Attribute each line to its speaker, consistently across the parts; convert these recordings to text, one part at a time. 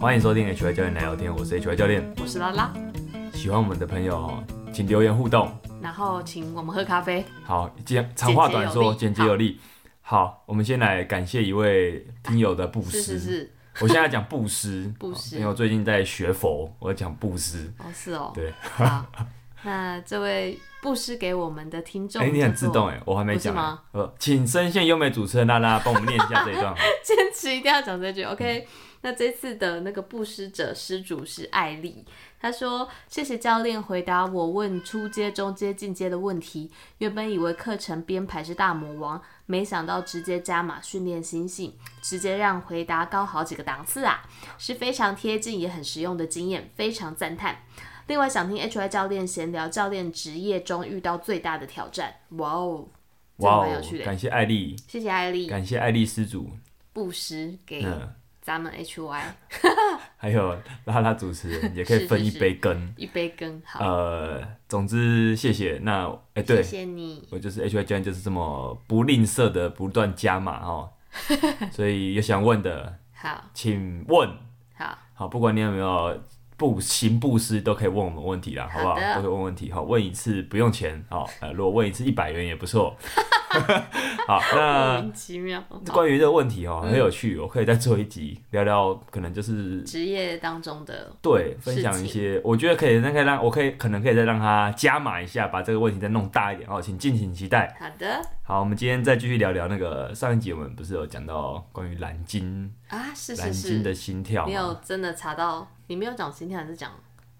Speaker 1: 欢迎收听 HY 教练来聊天，我是 HY 教练。
Speaker 2: 我是拉拉，
Speaker 1: 喜欢我们的朋友哦，请留言互动。
Speaker 2: 然后请我们喝咖啡。
Speaker 1: 好，简长话短说，简
Speaker 2: 简
Speaker 1: 洁
Speaker 2: 洁
Speaker 1: 有
Speaker 2: 有
Speaker 1: 力。好，我们先来感谢一位听友的布施。
Speaker 2: 是是是，
Speaker 1: 我现在讲布施，
Speaker 2: 布施
Speaker 1: 因为我最近在学佛，我讲布施。
Speaker 2: 哦是哦。
Speaker 1: 对。
Speaker 2: 好，那这位布施给我们的听众，
Speaker 1: 哎、你很
Speaker 2: 叫
Speaker 1: 自
Speaker 2: 做
Speaker 1: 动，哎，我还没
Speaker 2: 不是
Speaker 1: 讲
Speaker 2: 吗
Speaker 1: 哎。呃，请声线优美主持人娜娜帮我们念一下这一 段。
Speaker 2: 坚持一定要讲这句。OK，那嗯这次的那个布施者施主是艾丽，她说：“谢谢教练回答我问初阶、中阶、进阶的问题。原本以为课程编排是大魔王，没想到直接加码训练心性，直接让回答高好几个档次啊！是非常贴近也很实用的经验，非常赞叹。”另外想听 HY 教练闲聊教练职业中遇到最大的挑战，哇哦，这
Speaker 1: 哇
Speaker 2: 蛮有
Speaker 1: 哦
Speaker 2: 趣，的，
Speaker 1: 感谢艾丽，
Speaker 2: 谢谢艾丽
Speaker 1: 感谢艾丽施主，
Speaker 2: 布施给
Speaker 1: 嗯，
Speaker 2: 咱们 HY
Speaker 1: 还有拉拉主持人也可以
Speaker 2: 是
Speaker 1: 分
Speaker 2: 是
Speaker 1: 一
Speaker 2: 是
Speaker 1: 杯羹。
Speaker 2: 一杯羹，好，
Speaker 1: 呃，总之谢谢。那哎、对
Speaker 2: 谢谢你，
Speaker 1: 我就是 H Y 教练，就是这么不吝啬的不断加码 哦。所以有想问的，
Speaker 2: 好
Speaker 1: 请问。
Speaker 2: 好，
Speaker 1: 好，不管你有没有布行布施，都可以问我们问题啦，好不好？
Speaker 2: 好的
Speaker 1: 都可以问问题，好，问一次不用钱，好，呃，如果问一次一百元也不 错。好，
Speaker 2: 莫
Speaker 1: 那
Speaker 2: 名其妙，好
Speaker 1: 关于这个问题哦，很有
Speaker 2: 嗯
Speaker 1: 趣，我可以再做一集聊聊，可能就是
Speaker 2: 职业当中的
Speaker 1: 对
Speaker 2: 事
Speaker 1: 分享一
Speaker 2: 情
Speaker 1: 些，我觉得可以，那可以让我可以可能可以再让他加码一下，把这个问题再弄大一点哦，请敬请期待。
Speaker 2: 好的
Speaker 1: 好，我们今天再继续聊聊那个上一集我们不是有讲到关于蓝鲸，
Speaker 2: 啊，是
Speaker 1: 蓝
Speaker 2: 是
Speaker 1: 鲸的
Speaker 2: 是，
Speaker 1: 心跳
Speaker 2: 你有
Speaker 1: 嘛，
Speaker 2: 真的查到，你没有讲心跳，还是讲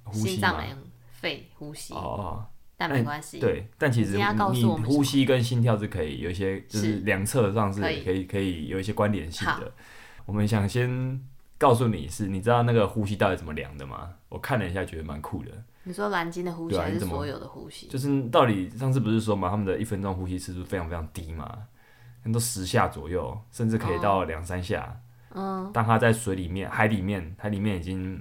Speaker 1: 呼
Speaker 2: 心
Speaker 1: 吸
Speaker 2: 脏
Speaker 1: 嘛，
Speaker 2: 癌、肺呼吸
Speaker 1: 哦，哦。
Speaker 2: 但没关系，
Speaker 1: 对，但其实
Speaker 2: 你要告
Speaker 1: 你
Speaker 2: 诉我们
Speaker 1: 呼吸跟心跳是可以有一些，就是
Speaker 2: 是
Speaker 1: 量测上是
Speaker 2: 可以
Speaker 1: 可以可以有一些关联性的。我们想先告诉你是，你知道那个呼吸到底怎么量的吗？我看了一下，觉得蛮酷的。
Speaker 2: 你说蓝鲸的呼吸
Speaker 1: 对啊
Speaker 2: 还
Speaker 1: 你
Speaker 2: 是
Speaker 1: 怎么
Speaker 2: 所有的呼吸？
Speaker 1: 就是到底上次不是说嘛，他们的一分钟呼吸次数非常非常低嘛，都十下左右，甚至可以到两三下。
Speaker 2: 嗯，
Speaker 1: 当他在水里面、海里面、海里面已经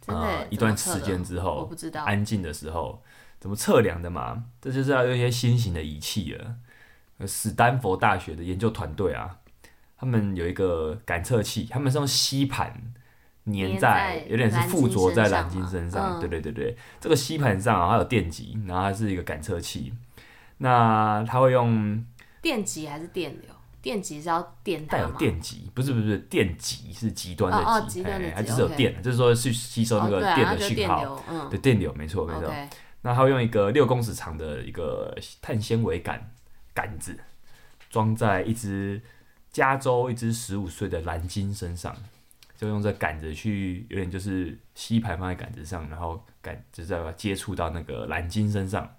Speaker 2: 真的
Speaker 1: 呃
Speaker 2: 耶
Speaker 1: 一段
Speaker 2: 怎么
Speaker 1: 时
Speaker 2: 测的
Speaker 1: 间之
Speaker 2: 我
Speaker 1: 后哎
Speaker 2: 不，知道，
Speaker 1: 安静的时候，怎么测量的嘛？这就是要用一些新型的仪器了。呃史丹佛大学的研究团队啊，他们有一个感测器，他们是用吸盘粘
Speaker 2: 粘
Speaker 1: 在
Speaker 2: 在，
Speaker 1: 有点是
Speaker 2: 蓝
Speaker 1: 附
Speaker 2: 鲸
Speaker 1: 着
Speaker 2: 身
Speaker 1: 在
Speaker 2: 上
Speaker 1: 蓝鲸
Speaker 2: 嘛
Speaker 1: 身上。
Speaker 2: 嗯
Speaker 1: 对对对对，这个吸盘上啊，它有电极，然后它是一个感测器。那它会用
Speaker 2: 电极还是电流？电极是要电
Speaker 1: 带
Speaker 2: 它
Speaker 1: 有
Speaker 2: 吗？
Speaker 1: 电极，不是不是电极是极端
Speaker 2: 哦哦
Speaker 1: 的极，
Speaker 2: 极端的
Speaker 1: 哎它
Speaker 2: 极
Speaker 1: 就是有
Speaker 2: OK
Speaker 1: 电，就是说去吸收那
Speaker 2: 哦
Speaker 1: 个
Speaker 2: 对啊
Speaker 1: 电
Speaker 2: 它
Speaker 1: 的
Speaker 2: 就是
Speaker 1: 讯
Speaker 2: 电
Speaker 1: 号，
Speaker 2: 流，嗯
Speaker 1: 对电流，没错没错。
Speaker 2: ，OK，
Speaker 1: 那它会用一个六公尺长的一个碳纤维杆杆子，装在一只加州一只十五岁的蓝鲸身上，就用这杆子去，有点就是吸盘放在杆子上，然后杆就是要接触到那个蓝鲸身上。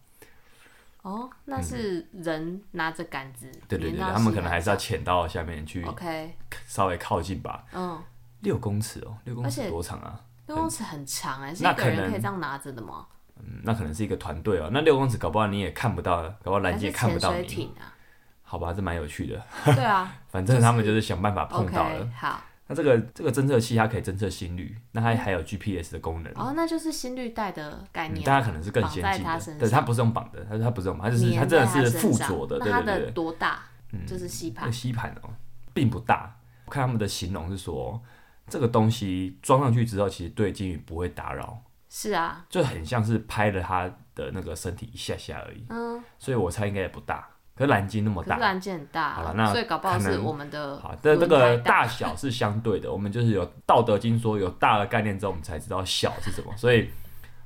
Speaker 2: 哦，那是人拿着杆子，
Speaker 1: 嗯对对对，
Speaker 2: 粘到
Speaker 1: 他们
Speaker 2: 吸
Speaker 1: 可能
Speaker 2: 盘
Speaker 1: 还是要
Speaker 2: 上
Speaker 1: 潜到下面去，
Speaker 2: OK，
Speaker 1: 稍微靠近吧。
Speaker 2: 嗯，
Speaker 1: 六公尺哦，六公
Speaker 2: 而
Speaker 1: 尺
Speaker 2: 且
Speaker 1: 多长啊？
Speaker 2: 六公尺很长哎、是
Speaker 1: 那
Speaker 2: 一个
Speaker 1: 可
Speaker 2: 人可以
Speaker 1: 能
Speaker 2: 这样拿着的吗？
Speaker 1: 嗯，那可能是一个团队哦。那六公尺搞不好你也看不到，搞不好蓝
Speaker 2: 还
Speaker 1: 鲸
Speaker 2: 是
Speaker 1: 也看不
Speaker 2: 潜
Speaker 1: 到
Speaker 2: 水
Speaker 1: 你。
Speaker 2: 艇 啊？
Speaker 1: 好吧，这蛮有趣的。
Speaker 2: 对啊
Speaker 1: 反正他们就是想办法碰
Speaker 2: ，OK，
Speaker 1: 到了。
Speaker 2: 好，
Speaker 1: 那这个这个侦测器它可以侦测心率，那它还有 GPS 的功能。
Speaker 2: 哦，那就是心率带的概
Speaker 1: 嗯
Speaker 2: 念，
Speaker 1: 但它可能是更先
Speaker 2: 绑在
Speaker 1: 进
Speaker 2: 它
Speaker 1: 的，
Speaker 2: 身
Speaker 1: 对，它
Speaker 2: 上
Speaker 1: 不是用绑的，它它不是用绑，它就是它
Speaker 2: 粘
Speaker 1: 真
Speaker 2: 在
Speaker 1: 的
Speaker 2: 它
Speaker 1: 是
Speaker 2: 身
Speaker 1: 附
Speaker 2: 上
Speaker 1: 着的，
Speaker 2: 啊那
Speaker 1: 对
Speaker 2: 它
Speaker 1: 对
Speaker 2: 的
Speaker 1: 对，
Speaker 2: 多大？
Speaker 1: 嗯
Speaker 2: 就是吸
Speaker 1: 那
Speaker 2: 盘
Speaker 1: 个，吸盘哦，并不大。我看他们的形容是说，这个东西装上去之后，其实对鲸鱼不会打扰，
Speaker 2: 是啊，
Speaker 1: 就很像是拍了它的那个身体一下下而已，
Speaker 2: 嗯，
Speaker 1: 所以我猜应该也不大。可是蓝鲸那么
Speaker 2: 可是
Speaker 1: 大，
Speaker 2: 蓝鲸很大啊，
Speaker 1: 好了那
Speaker 2: 所以搞不好
Speaker 1: 可
Speaker 2: 是
Speaker 1: 能
Speaker 2: 我们的
Speaker 1: 好，但那
Speaker 2: 轮
Speaker 1: 个
Speaker 2: 胎
Speaker 1: 大小是相对的。我们就是有《道德经》说有大的概念之后，我们才知道小是什么。所以，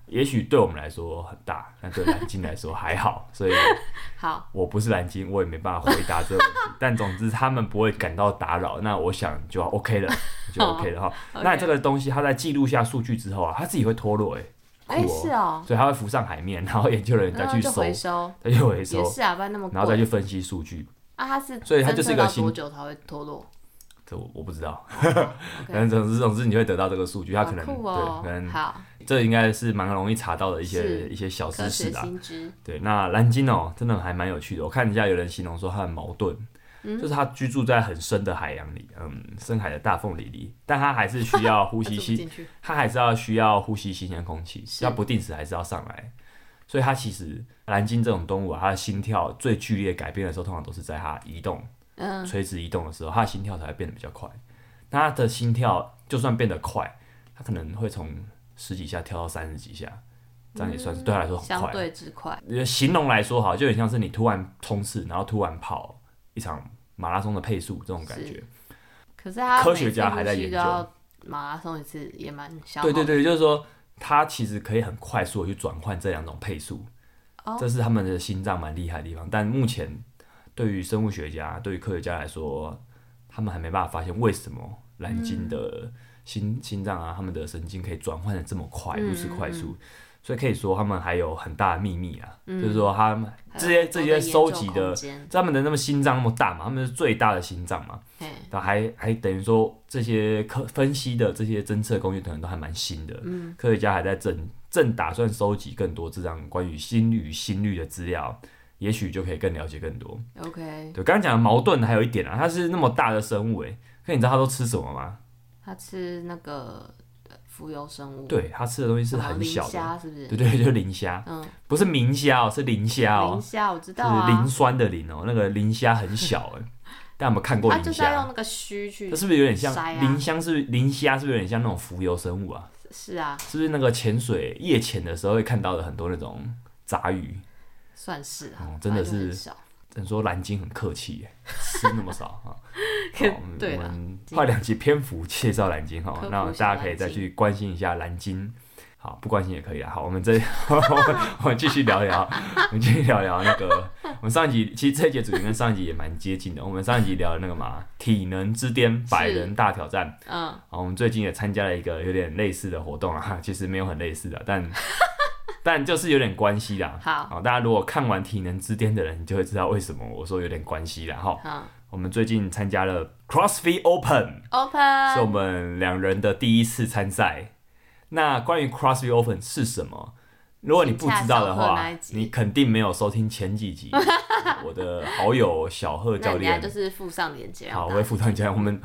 Speaker 1: 也许对我们来说很大，但对蓝鲸来说还好。 所以，
Speaker 2: 好，
Speaker 1: 我不是蓝鲸，我也没办法回答这个问 题。但总之，他们不会感到打扰，那我想就 OK 了，就 OK 了哈。那
Speaker 2: 哦 OK
Speaker 1: 这个东西它在记录下数据之后啊，它自己会脱落、欸，
Speaker 2: 哎、
Speaker 1: 酷哦
Speaker 2: 是哦，
Speaker 1: 所以它会浮上海面，然后研究人员再
Speaker 2: 那
Speaker 1: 去
Speaker 2: 就
Speaker 1: 收，
Speaker 2: 回收，
Speaker 1: 再去回收
Speaker 2: 也，是啊，不然那么贵，
Speaker 1: 然后再去分析数据。
Speaker 2: 啊，它是，
Speaker 1: 所以它就是一个新
Speaker 2: 多久才会脱落
Speaker 1: 这我我不知道，
Speaker 2: ？OK，
Speaker 1: 但总之总之你会得到这个数据，它
Speaker 2: 好
Speaker 1: 可能、
Speaker 2: 酷
Speaker 1: 对，可
Speaker 2: 哦，
Speaker 1: 能
Speaker 2: 好，
Speaker 1: 这应该是蛮容易查到的一些
Speaker 2: 是
Speaker 1: 一些小
Speaker 2: 科
Speaker 1: 知
Speaker 2: 学
Speaker 1: 识啊。
Speaker 2: 新知，
Speaker 1: 对，那蓝鲸哦，真的还蛮有趣的。我看人家有人形容说它很矛盾，
Speaker 2: 嗯
Speaker 1: 就是它居住在很深的海洋里，嗯，深海的大凤梨里，但它还是需要呼
Speaker 2: 呼
Speaker 1: 吸新，
Speaker 2: 进去，
Speaker 1: 它还是要需要呼吸新鲜空气，
Speaker 2: 是
Speaker 1: 要不定时还是要上来。所以它其实蓝鲸这种动物啊，它的心跳最剧烈改变的时候，通常都是在它移动、
Speaker 2: 嗯，
Speaker 1: 垂直移动的时候，它的心跳才会变得比较快。那它的心跳就算变得快，他可能会从十几下跳到三十几下，这样也算是对他来说很
Speaker 2: 相
Speaker 1: 快。
Speaker 2: 对之快，
Speaker 1: 呃形容来说好，就很像是你突然冲刺，然后突然跑一场马拉松的配速这种感觉。
Speaker 2: 可是他
Speaker 1: 科学家还在研究
Speaker 2: 每次呼吸都要马拉松一次也蛮消耗
Speaker 1: 对
Speaker 2: 的，
Speaker 1: 对对，就是说他其实可以很快速的去转换这两种配速，
Speaker 2: 哦
Speaker 1: 这是他们的心脏蛮厉害的地方。但目前对于生物学家、对于科学家来说，他们还没办法发现为什么蓝
Speaker 2: 嗯
Speaker 1: 鲸的心、心脏啊，他们的神经可以转换的这么快，
Speaker 2: 嗯嗯
Speaker 1: 如此快速。所以可以说，他们还有很大的秘密啊，就是说他们这些这些收集
Speaker 2: 还
Speaker 1: 的
Speaker 2: 有很多研究空，间
Speaker 1: 他们的那么心脏那么大嘛，他们是最大的心脏嘛，
Speaker 2: 嘿
Speaker 1: 那还还等于说这些科分析的这些侦测工具可能都还蛮新的，嗯，科学家还在正正打算收集更多这样关于心率与心率的资料，也许就可以更了解更多。
Speaker 2: ，OK，
Speaker 1: 对，刚刚讲的矛盾还有一点啊，它是那么大的生物诶，可你知道它都吃什么吗？
Speaker 2: 他吃那个呃浮游生物，，
Speaker 1: 对，它吃的东西是
Speaker 2: 什么
Speaker 1: 很
Speaker 2: 磷
Speaker 1: 小的，
Speaker 2: 虾是不是？
Speaker 1: 对对，就是磷虾，
Speaker 2: 嗯，
Speaker 1: 不是明虾哦，是磷虾
Speaker 2: 磷
Speaker 1: 哦，
Speaker 2: 虾我知道
Speaker 1: 是
Speaker 2: 啊，
Speaker 1: 磷酸的磷哦，那个磷虾很小诶，大家有没有看过
Speaker 2: 他
Speaker 1: 磷
Speaker 2: 就是要用
Speaker 1: 虾？
Speaker 2: 那个须去
Speaker 1: 这，是不是有点像
Speaker 2: 筛啊
Speaker 1: 磷香？是不是磷虾？是不是有点像那种浮游生物啊？
Speaker 2: 是啊，
Speaker 1: 是不是那个潜水夜潜的时候会看到的很多那种杂鱼？
Speaker 2: 算是啊，
Speaker 1: 哦真的
Speaker 2: 反正就很
Speaker 1: 是
Speaker 2: 少，
Speaker 1: 只能说蓝鲸很客气耶，吃那么少 啊。好， 我们
Speaker 2: 对
Speaker 1: 我
Speaker 2: 啦
Speaker 1: 们画两集篇幅介绍蓝鲸哈
Speaker 2: 科普，一下
Speaker 1: 那大家可以再去关心一下蓝鲸。好，不关心也可以啊。好，我们这 我们我们继续聊聊， 我们继续聊聊那个，我们上一集其实这一节主题跟上一集也蛮接近的。我们上一集聊的那个嘛，体能之巅百人大挑战，
Speaker 2: 嗯，
Speaker 1: 好，我们最近也参加了一个有点类似的活动啊， 其实没有很类似的， 但但就是有点关系啦。
Speaker 2: 好
Speaker 1: 大家如果看完《体能之巅》的人，你就会知道为什么我说有点关系啦。哈，
Speaker 2: 好
Speaker 1: 我们最近参加了 CrossFit Open，是我
Speaker 2: ，Open，
Speaker 1: 们两人的第一次参赛。那关于 CrossFit Open 是什么？如果你不知道的
Speaker 2: 请洽小贺
Speaker 1: 话
Speaker 2: 那一，集
Speaker 1: 你肯定没有收听前几 集。我的好友小贺
Speaker 2: 那
Speaker 1: 教
Speaker 2: 你等下
Speaker 1: 练
Speaker 2: 就是附上链接，哦
Speaker 1: 好，
Speaker 2: 让
Speaker 1: 我
Speaker 2: 大
Speaker 1: 会
Speaker 2: 家
Speaker 1: 附上讲。我们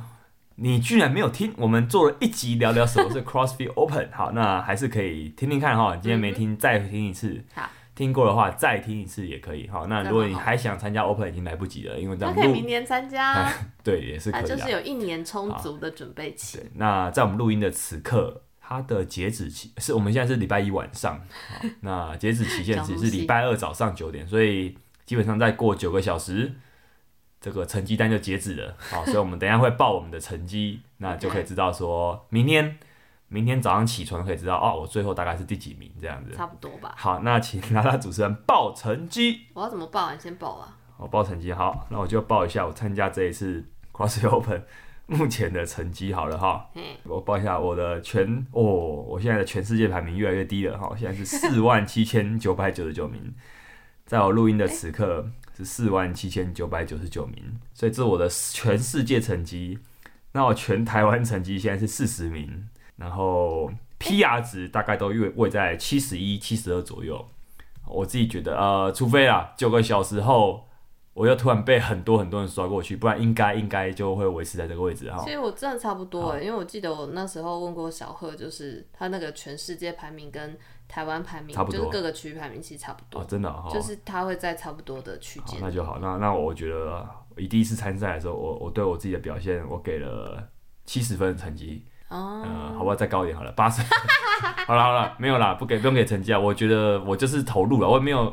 Speaker 1: 你居然没有听，我们做了一集聊聊什么 是 CrossFit Open。好，那还是可以听听看哈。今天没听，再听一次。
Speaker 2: 嗯好，
Speaker 1: 听过的话再听一次也可以。好，那如果
Speaker 2: 那
Speaker 1: 你
Speaker 2: 蛮好
Speaker 1: 还想参加 Open，已经来不及了，因为在
Speaker 2: 那
Speaker 1: 我
Speaker 2: 可
Speaker 1: 们
Speaker 2: 以
Speaker 1: 录
Speaker 2: 明年参加，
Speaker 1: 对也是可
Speaker 2: 啊，
Speaker 1: 以的。
Speaker 2: 就是有一年充足的准备期
Speaker 1: 对。，那在我们录音的此刻。它的截止期是我们现在是礼拜一晚上，好那截止期限
Speaker 2: 讲
Speaker 1: 是
Speaker 2: 东
Speaker 1: 是
Speaker 2: 西
Speaker 1: 礼拜二 早上九点，所以基本上再过九个小时，这个成绩单就截止了。好，所以我们等一下会报我们的成绩，那就可以知道说明天明天早上起床可以知道哦，我最后大概是第几名这样子。
Speaker 2: 差不多吧。
Speaker 1: 好，那请拉拉主持人报成绩。
Speaker 2: 我要怎么报啊？你先报啊。
Speaker 1: 我报成绩好，那我就报一下我参加这一次 CrossFit Open 目前的成绩好了哈。
Speaker 2: 嘿，
Speaker 1: 我报一下我的全哦，我现在的全世界排名越来越低了哈，我现在是四万七千九百九十九名，在我录音的此刻是四万七千九百九十九名，所以这是我的全世界成绩。那我全台湾成绩现在是四十名，然后 PR 值大概都位位在七十一、七十二左右。我自己觉得，呃，除非啊九个小时后我又突然被很多很多人刷过去，不然应该应该就会维持在这个位置哈
Speaker 2: 其。实我真的差不多哎，因为我记得我那时候问过小贺，就是他那个全世界排名跟台湾排名
Speaker 1: 差，不
Speaker 2: 就
Speaker 1: 多
Speaker 2: 是各个区域排名其实差不
Speaker 1: 哦
Speaker 2: 多，，
Speaker 1: 真的哈、哦，
Speaker 2: 就是他会在差不多的区
Speaker 1: 好，
Speaker 2: 间。哦
Speaker 1: 那就好。那那我觉得，以第一次参赛的时候，我我对我自己的表现，我给了七十分的成绩。
Speaker 2: 哦，
Speaker 1: 呃，好吧，再高一点好了，八十。 好了好了，没有啦，不给不用给成绩啊。我觉得我就是投入了，我也没有。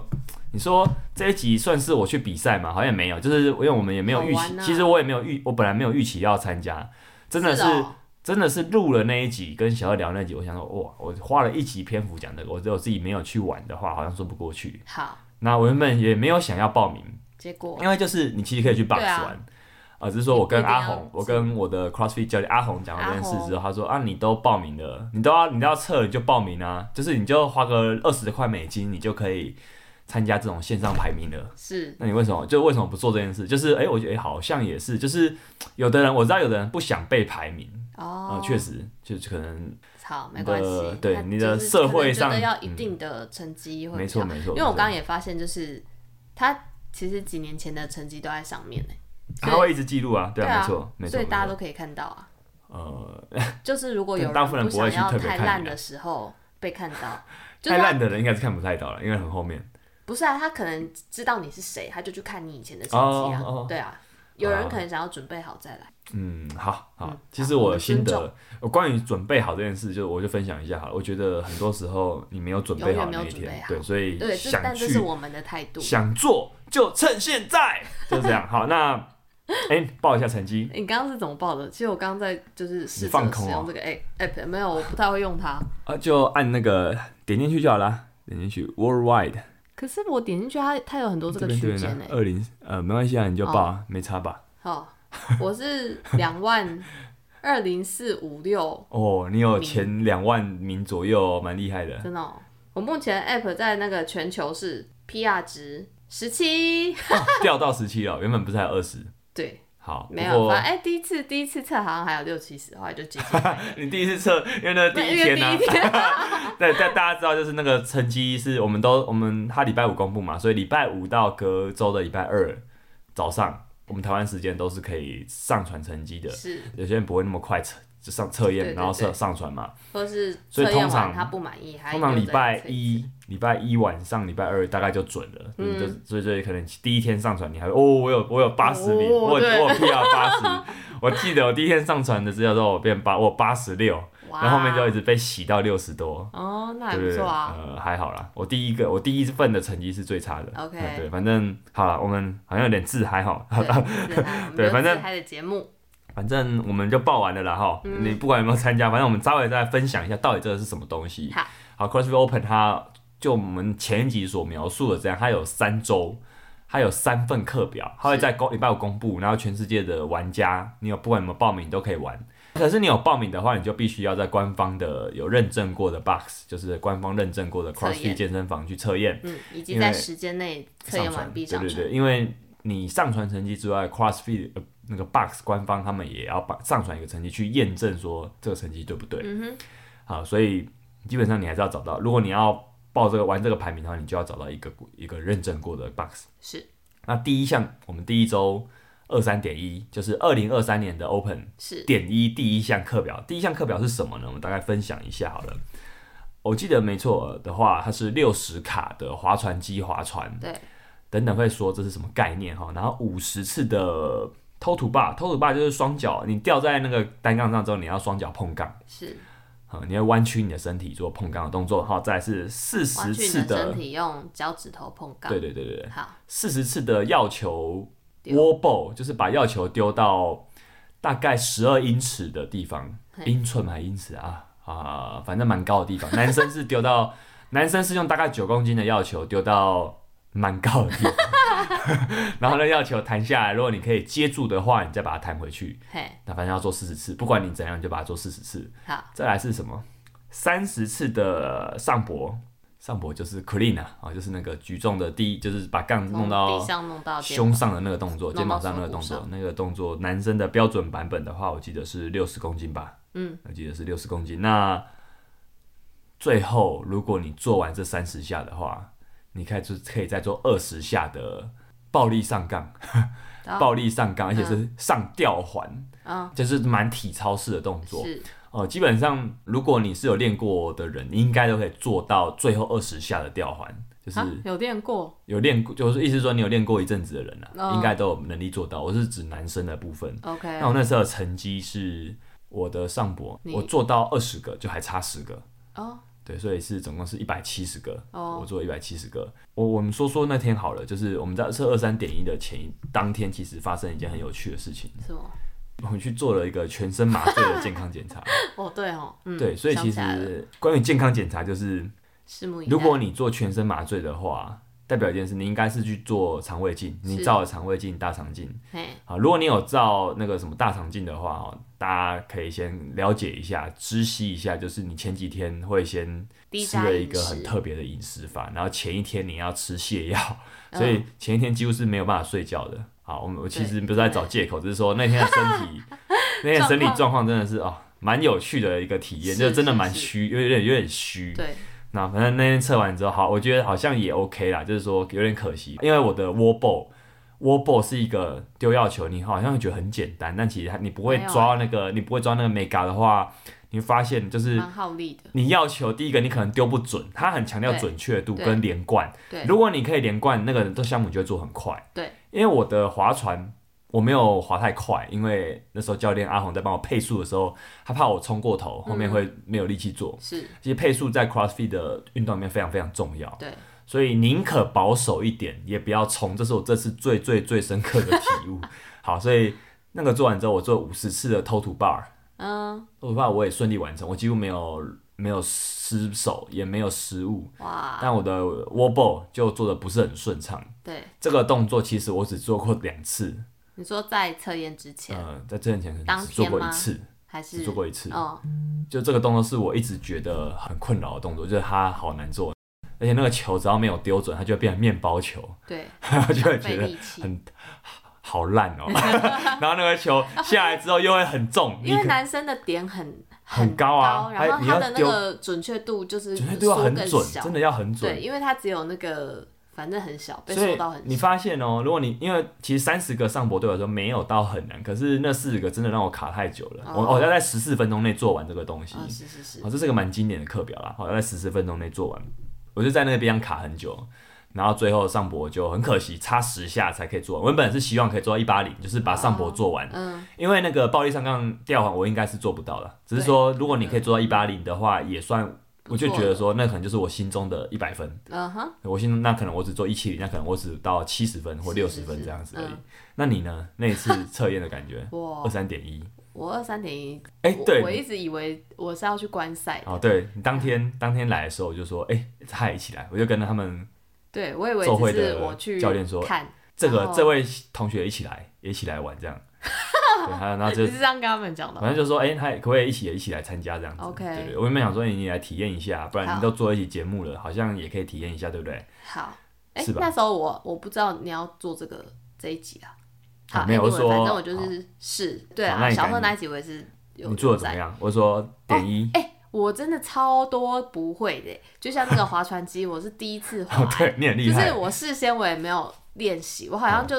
Speaker 1: 你说这一集算是我去比赛嘛？好像也没有，就是因为我们也没有预
Speaker 2: 好
Speaker 1: 期，
Speaker 2: 玩啊
Speaker 1: 其实我也没有预，我本来没有预期要参加，真的是
Speaker 2: 哦
Speaker 1: 真的是录了那一集跟小二聊那一集，我想说哇，我花了一集篇幅讲这个，我只有自己没有去玩的话，好像说不过去。
Speaker 2: 好，
Speaker 1: 那我原本也没有想要报名，
Speaker 2: 结果
Speaker 1: 因为就是你其实可以去 box
Speaker 2: 对啊
Speaker 1: 玩，呃，只是说我跟阿
Speaker 2: 你不一定
Speaker 1: 红
Speaker 2: 要，
Speaker 1: 我跟我的 CrossFit 教练阿红讲了这件
Speaker 2: 阿
Speaker 1: 事
Speaker 2: 红
Speaker 1: 之后，他说啊，你都报名了，你都要你都要测，你就报名啊，就是你就花个二十块美金，你就可以参加这种线上排名了。
Speaker 2: 是
Speaker 1: 那你为什么就为什么不做这件事？就是哎、我觉得、哎好像也是，就是有的人我知道有的人不想被排名啊，
Speaker 2: 哦，
Speaker 1: 确、实就是可能
Speaker 2: 好，没
Speaker 1: 你
Speaker 2: 关
Speaker 1: 的
Speaker 2: 系。
Speaker 1: 对
Speaker 2: 他
Speaker 1: 你的
Speaker 2: 就是
Speaker 1: 社
Speaker 2: 可能
Speaker 1: 会
Speaker 2: 觉得
Speaker 1: 上
Speaker 2: 要一
Speaker 1: 嗯
Speaker 2: 定的成绩会
Speaker 1: 没
Speaker 2: 比
Speaker 1: 错
Speaker 2: 较
Speaker 1: 没错，
Speaker 2: 因为我刚刚
Speaker 1: 也
Speaker 2: 也发现，就是他其实几年前的成绩都在上面呢，欸
Speaker 1: 他会一直记录啊，对
Speaker 2: 对
Speaker 1: 啊，
Speaker 2: 啊
Speaker 1: 没错没错，
Speaker 2: 所以大家
Speaker 1: 没
Speaker 2: 都可以看到啊。
Speaker 1: 错呃，
Speaker 2: 就是如果有
Speaker 1: 大部分人
Speaker 2: 不
Speaker 1: 不会去
Speaker 2: 想要
Speaker 1: 特别
Speaker 2: 太
Speaker 1: 看
Speaker 2: 烂
Speaker 1: 你啊
Speaker 2: 的时候被看 到，就是
Speaker 1: 太
Speaker 2: 他
Speaker 1: 烂的人应该是看不太到了，因为很后面。
Speaker 2: 不是啊，他可能知道你是谁，他就去看你以前的成绩啊，
Speaker 1: 哦哦哦
Speaker 2: 对啊，有人可能想要准备好再来。
Speaker 1: 嗯，好好
Speaker 2: 嗯，
Speaker 1: 其
Speaker 2: 好
Speaker 1: 实
Speaker 2: 我
Speaker 1: 我
Speaker 2: 们
Speaker 1: 的心
Speaker 2: 尊
Speaker 1: 得，我关于准备好这件事，就我就分享一下好了。我觉得很多时候你没有准备
Speaker 2: 永远
Speaker 1: 好
Speaker 2: 没有
Speaker 1: 那一
Speaker 2: 准备
Speaker 1: 天
Speaker 2: 好，
Speaker 1: 对，所以
Speaker 2: 对，这但
Speaker 1: 想
Speaker 2: 这是
Speaker 1: 去
Speaker 2: 我们的态度。
Speaker 1: 想做就趁现在，就这样。好，那 哎、报一下成绩，
Speaker 2: 你刚刚是怎么报的？其实我刚刚在就是试
Speaker 1: 你放
Speaker 2: 着
Speaker 1: 空
Speaker 2: 使
Speaker 1: 啊
Speaker 2: 用这个 app，、app，没有，我不太会用它。
Speaker 1: 啊，就按那个点进去就好啦，点进去 worldwide
Speaker 2: 可是我点进去它，它有很多这
Speaker 1: 这
Speaker 2: 个
Speaker 1: 边这
Speaker 2: 区
Speaker 1: 边
Speaker 2: 间哦
Speaker 1: 呢
Speaker 2: 哎、，
Speaker 1: 二零呃没关系啊，你就报啊，没差吧？
Speaker 2: 好，我是 两万二零四五六，
Speaker 1: 哦，你有
Speaker 2: 名
Speaker 1: 前两万名左右哦，蛮厉害的。
Speaker 2: 真的哦、我目前 app 在那个全球是 PR 值十七，
Speaker 1: 掉到十七了，原本不是还有二十？
Speaker 2: 对，
Speaker 1: 好，
Speaker 2: 没
Speaker 1: 不
Speaker 2: 有，
Speaker 1: 过
Speaker 2: 反正哎、第一次第一次测好像还有六七十，后来就 接近
Speaker 1: 你第一次测，因为那个第一天呢、啊
Speaker 2: 那个第 一天
Speaker 1: 对，但大家知道就是那个成绩是我们都我们他礼拜五公布嘛，所以礼拜五到隔周的礼拜二早上，我们台湾时间都是可以上传成绩的。
Speaker 2: 是，
Speaker 1: 有些人不会那么快测就上测
Speaker 2: 对对
Speaker 1: 验，然后
Speaker 2: 对
Speaker 1: 上上传嘛。
Speaker 2: 或是测
Speaker 1: 所以
Speaker 2: 验
Speaker 1: 通
Speaker 2: 完
Speaker 1: 常
Speaker 2: 他不满意，还
Speaker 1: 通常
Speaker 2: 有
Speaker 1: 礼
Speaker 2: 再
Speaker 1: 拜
Speaker 2: 测
Speaker 1: 一礼拜一晚上，礼拜二大概就准了，
Speaker 2: 嗯
Speaker 1: 嗯、就所以所以可能第一天上传你还会哦，我有我有八十名，
Speaker 2: 哦
Speaker 1: 我有
Speaker 2: 对
Speaker 1: 我有 PR 八十，我记得我第一天上传的资料之后我变八，我八十六，
Speaker 2: 哇
Speaker 1: 然后后面就一直被洗到六十多。
Speaker 2: 哦，那还
Speaker 1: 对
Speaker 2: 不
Speaker 1: 对对，
Speaker 2: 错啊。
Speaker 1: 呃，还好啦。我第一个，我第一份的成绩是最差的。
Speaker 2: OK
Speaker 1: 嗯对，反正好了，我们好像有点自嗨哈。
Speaker 2: 对，自 嗨我们
Speaker 1: 嗯对
Speaker 2: 就
Speaker 1: 反
Speaker 2: 自
Speaker 1: 正
Speaker 2: 嗨的节目，
Speaker 1: 反正我们就报完了啦哈。
Speaker 2: 嗯
Speaker 1: 你不管有没有参加，反正我们稍微再分享一下到底这个是什么东西。
Speaker 2: 好
Speaker 1: 好 c r o s s f i t Open 它就我们前一集所描述的这样，它有三周。它有三份课表，它会在公礼拜五公布，然后全世界的玩家，你有不管有没有报名都可以玩。可是你有报名的话，你就必须要在官方的有认证过的 box，就是官方认证过的
Speaker 2: 测验
Speaker 1: CrossFit 健身房去测验。
Speaker 2: 嗯，以及
Speaker 1: 因
Speaker 2: 在
Speaker 1: 为
Speaker 2: 时间内测
Speaker 1: 上
Speaker 2: 验
Speaker 1: 传，
Speaker 2: 完毕
Speaker 1: 对
Speaker 2: 上
Speaker 1: 对
Speaker 2: 传。
Speaker 1: 对，因为你上传成绩之外，CrossFit 呃那个 Box 官方他们也要把上传一个成绩去验证说这个成绩对不对。
Speaker 2: 嗯哼，
Speaker 1: 好，所以基本上你还是要找到，如果你要报这个玩这个排名的话，你就要找到一个一个认证过的 Box。
Speaker 2: 是
Speaker 1: 那第一项，我们第一周二三点一，就是二零二三年的 Open
Speaker 2: 是，
Speaker 1: 点一第一项课表，第一项课表是什么呢？我们大概分享一下好了。我记得没错的话，它是六十卡的划船机划船，
Speaker 2: 对，
Speaker 1: 等等会说这是什么概念哈，然后五十次的偷土坝，偷土坝就是双脚，你吊在那个单杠上之后，你要双脚碰杠，
Speaker 2: 是
Speaker 1: 啊，你要弯曲你的身体做碰杠的动作，哈，再来是四
Speaker 2: 弯
Speaker 1: 十
Speaker 2: 曲你
Speaker 1: 次
Speaker 2: 的身
Speaker 1: 的，
Speaker 2: 体，啊用脚趾头碰杠。
Speaker 1: 对对对对对，
Speaker 2: 好，
Speaker 1: 四十次的药球
Speaker 2: 丢
Speaker 1: wall ball，就是把药球丢到大概十二英尺的地方，
Speaker 2: 嘿
Speaker 1: 英寸还英尺啊啊，反正蛮高的地 方，男生是丢到，男生是用大概九公斤的药球丢到蛮高的地方。 然后呢，药球弹下来，如果你可以接住的话，你再把它弹回去。
Speaker 2: 嘿，
Speaker 1: 那反正要做四十次，不管你怎样，你就把它做四十次。
Speaker 2: 好，
Speaker 1: 再来是什么？三十次的上搏，上搏就是 clean 啊，啊，就是那个举重的第一，就是把杠
Speaker 2: 从
Speaker 1: 弄到
Speaker 2: 地上弄到肩
Speaker 1: 胸上的那个动作，
Speaker 2: 弄到
Speaker 1: 肩膀上那个动
Speaker 2: 手骨
Speaker 1: 作，那个动作，男生的标准版本的话，我记得是六十公斤吧，
Speaker 2: 嗯，
Speaker 1: 我记得是六十公斤。那最后，如果你做完这三十下的话，你可以就可以再做二十下的暴力上杠，
Speaker 2: 哦
Speaker 1: 暴力上杠，而且是上吊环，
Speaker 2: 嗯，
Speaker 1: 就是蛮体操式的动作。
Speaker 2: 是
Speaker 1: 哦，基本上如果你是有练过的人，你应该都可以做到最后二十下的吊环，就是
Speaker 2: 啊，有练过
Speaker 1: 有练过，就是意思说你有练过一阵子的人啊，
Speaker 2: 哦
Speaker 1: 应该都有能力做到。我是指男生的部分。
Speaker 2: ，OK，
Speaker 1: 那我那时候的成绩是我的上博，
Speaker 2: 你
Speaker 1: 我做到二十个，就还差十个，
Speaker 2: 哦
Speaker 1: 对，所以是总共是一百七十个。我
Speaker 2: 哦，
Speaker 1: 做一百七十个。我我们说说那天好了，就是我们在测二三点一的前一当天，其实发生一件很有趣的事情，
Speaker 2: 是吗？
Speaker 1: 我们去做了一个全身麻醉的健康检 查。
Speaker 2: 哦，对哦，嗯，
Speaker 1: 对，所以
Speaker 2: 想
Speaker 1: 其
Speaker 2: 起来了
Speaker 1: 实关于健康检查，就是
Speaker 2: 拭目以待。
Speaker 1: 如果你做全身麻醉的话，代表一件事，你应该是去做肠胃镜，你
Speaker 2: 是
Speaker 1: 照了肠胃镜、大肠镜。
Speaker 2: 嘿，
Speaker 1: 好，如果你有照那个什么大肠镜的话，哦，大家可以先了解一下、知悉一下，就是你前几天会先
Speaker 2: 低
Speaker 1: 吃
Speaker 2: 渣
Speaker 1: 了一
Speaker 2: 饮
Speaker 1: 个很
Speaker 2: 食，
Speaker 1: 特别的饮食法，然后前一天你要吃泻药，
Speaker 2: 嗯
Speaker 1: 所以前一天几乎是没有办法睡觉的。好，我们我其实不是在找借口，只是说那天的身 体，那天的身体状况真的是哦，蛮有趣的一个体验，
Speaker 2: 是
Speaker 1: 就真的
Speaker 2: 是
Speaker 1: 蛮
Speaker 2: 是
Speaker 1: 虚，有点有点虚。
Speaker 2: 对，
Speaker 1: 那反正那天测完之后，好，我觉得好像也 OK 啦，就是说有点可惜，因为我的 wall ball wall ball 是一个丢药球，你好像会觉得很简单，但其实它你不会
Speaker 2: 没有
Speaker 1: 抓到那
Speaker 2: 嗯
Speaker 1: 个，你不会抓那个 mega 的话，你会发现就是
Speaker 2: 蛮耗力的，
Speaker 1: 你要球第一个你可能丢不准，它很强调
Speaker 2: 对
Speaker 1: 准确度
Speaker 2: 对
Speaker 1: 跟连贯。
Speaker 2: 对，
Speaker 1: 如果你可以连贯，那个这项目你就会做很快。
Speaker 2: 对，
Speaker 1: 因为我的划船，我没有滑太快，因为那时候教练阿红在帮我配速的时候，他怕我冲过头，
Speaker 2: 嗯
Speaker 1: 后面会没有力气做。
Speaker 2: 是
Speaker 1: 其实配速在 CrossFit 的运动里面非常非常重要，
Speaker 2: 对，
Speaker 1: 所以宁可保守一点，也不要冲。这是我这次最最最深刻的体 悟。好，所以那个做完之后，我做五十次的 Total Bar，
Speaker 2: 嗯，
Speaker 1: 我怕我也顺利完成，我几乎没有没有失手，也没有失误，
Speaker 2: 哇，
Speaker 1: 但我的 w a r b l e 就做的不是很顺畅。
Speaker 2: 对，
Speaker 1: 这个动作其实我只做过两次，
Speaker 2: 你说在测验之前、
Speaker 1: 呃，在之前可
Speaker 2: 当
Speaker 1: 能只
Speaker 2: 天
Speaker 1: 做过一
Speaker 2: 吗
Speaker 1: 次，
Speaker 2: 还是
Speaker 1: 只做过一次。
Speaker 2: 哦，
Speaker 1: 就这个动作是我一直觉得很困扰的动作，就是它好难做，而且那个球只要没有丢准，它就会变成面包球，
Speaker 2: 对，
Speaker 1: 就会觉
Speaker 2: 费
Speaker 1: 得
Speaker 2: 力气，
Speaker 1: 很好烂哦。 然后那个球下来之后又会很重，你
Speaker 2: 因为
Speaker 1: 可
Speaker 2: 男生的点很
Speaker 1: 很高啊还
Speaker 2: 然后
Speaker 1: 你
Speaker 2: 他
Speaker 1: 要
Speaker 2: 的那
Speaker 1: 丢
Speaker 2: 个准确度就是
Speaker 1: 准确度要很
Speaker 2: 缩
Speaker 1: 准
Speaker 2: 更，小
Speaker 1: 真的要很准
Speaker 2: 对，。因为他只有那个反正很小，被
Speaker 1: 所
Speaker 2: 缩
Speaker 1: 以
Speaker 2: 到很
Speaker 1: 你
Speaker 2: 小，啊
Speaker 1: 发现哦、如果你因为其实三十个上博对我来说没有到很难，可是那四十个真的让我卡太久了。
Speaker 2: 哦
Speaker 1: 我我要在十四分钟内做完这个东西，
Speaker 2: 啊、是是是
Speaker 1: 哦，，这是个蛮经典的课表啦，好，要在十四分钟内做完。我就在那个地方卡很久，然后最后上博就很可惜，差十下才可以做完。我原本是希望可以做到一八零，就是把上博做完，
Speaker 2: 嗯，
Speaker 1: 因为那个暴力上杠吊环我应该是做不到的。只是说，如果你可以做到一八零的话，也算，我就觉得说那可能就是我心中的一百分。
Speaker 2: 嗯哼，
Speaker 1: 我心中那可能我只做一七零，那可能我只到七十分或
Speaker 2: 是
Speaker 1: 六十
Speaker 2: 是
Speaker 1: 分
Speaker 2: 是
Speaker 1: 这样子而已。
Speaker 2: 嗯
Speaker 1: 那你呢？那一次测验的感觉，二
Speaker 2: 我
Speaker 1: 三点一，
Speaker 2: 我二三点一，
Speaker 1: 哎，
Speaker 2: 我
Speaker 1: 对，
Speaker 2: 我一直以为我是要去观赛的，
Speaker 1: 哦，对你当天当天来的时候，我就说，哎、他也一起来，我就跟他们
Speaker 2: 对我以为
Speaker 1: 受惠
Speaker 2: 只是
Speaker 1: 的
Speaker 2: 我去
Speaker 1: 教练说
Speaker 2: 看，
Speaker 1: 这个
Speaker 2: 哦
Speaker 1: 这位同学一起来，也一起来玩这 样。对，还有然后就
Speaker 2: 你是这样跟他们讲
Speaker 1: 啊
Speaker 2: 的
Speaker 1: 反正就说，哎、他也可不可以一起也一起来参加这样子
Speaker 2: OK
Speaker 1: 对对，我原本想说哎你也来体验一下，不然
Speaker 2: 好
Speaker 1: 你都做一起节目了，好像也可以体验一下，对不对？
Speaker 2: 好，哎、
Speaker 1: 是吧
Speaker 2: 那时候我我不知道你要做这个这一集啊。
Speaker 1: 啊
Speaker 2: 好，
Speaker 1: 没有我
Speaker 2: anyway，
Speaker 1: 说
Speaker 2: 反正我就是是，对
Speaker 1: 好那
Speaker 2: 啊，
Speaker 1: 你
Speaker 2: 小
Speaker 1: 赶
Speaker 2: 贺
Speaker 1: 紧
Speaker 2: 那一集我也是有
Speaker 1: 你做的
Speaker 2: 有
Speaker 1: 怎么
Speaker 2: 在
Speaker 1: 样？我说点一、
Speaker 2: 哎、我真的超多不会的，就像那个划船机，我是第 一次划
Speaker 1: 哦，，对你很厉
Speaker 2: 就是
Speaker 1: 害，
Speaker 2: 我事先我也没有练习，我好像就、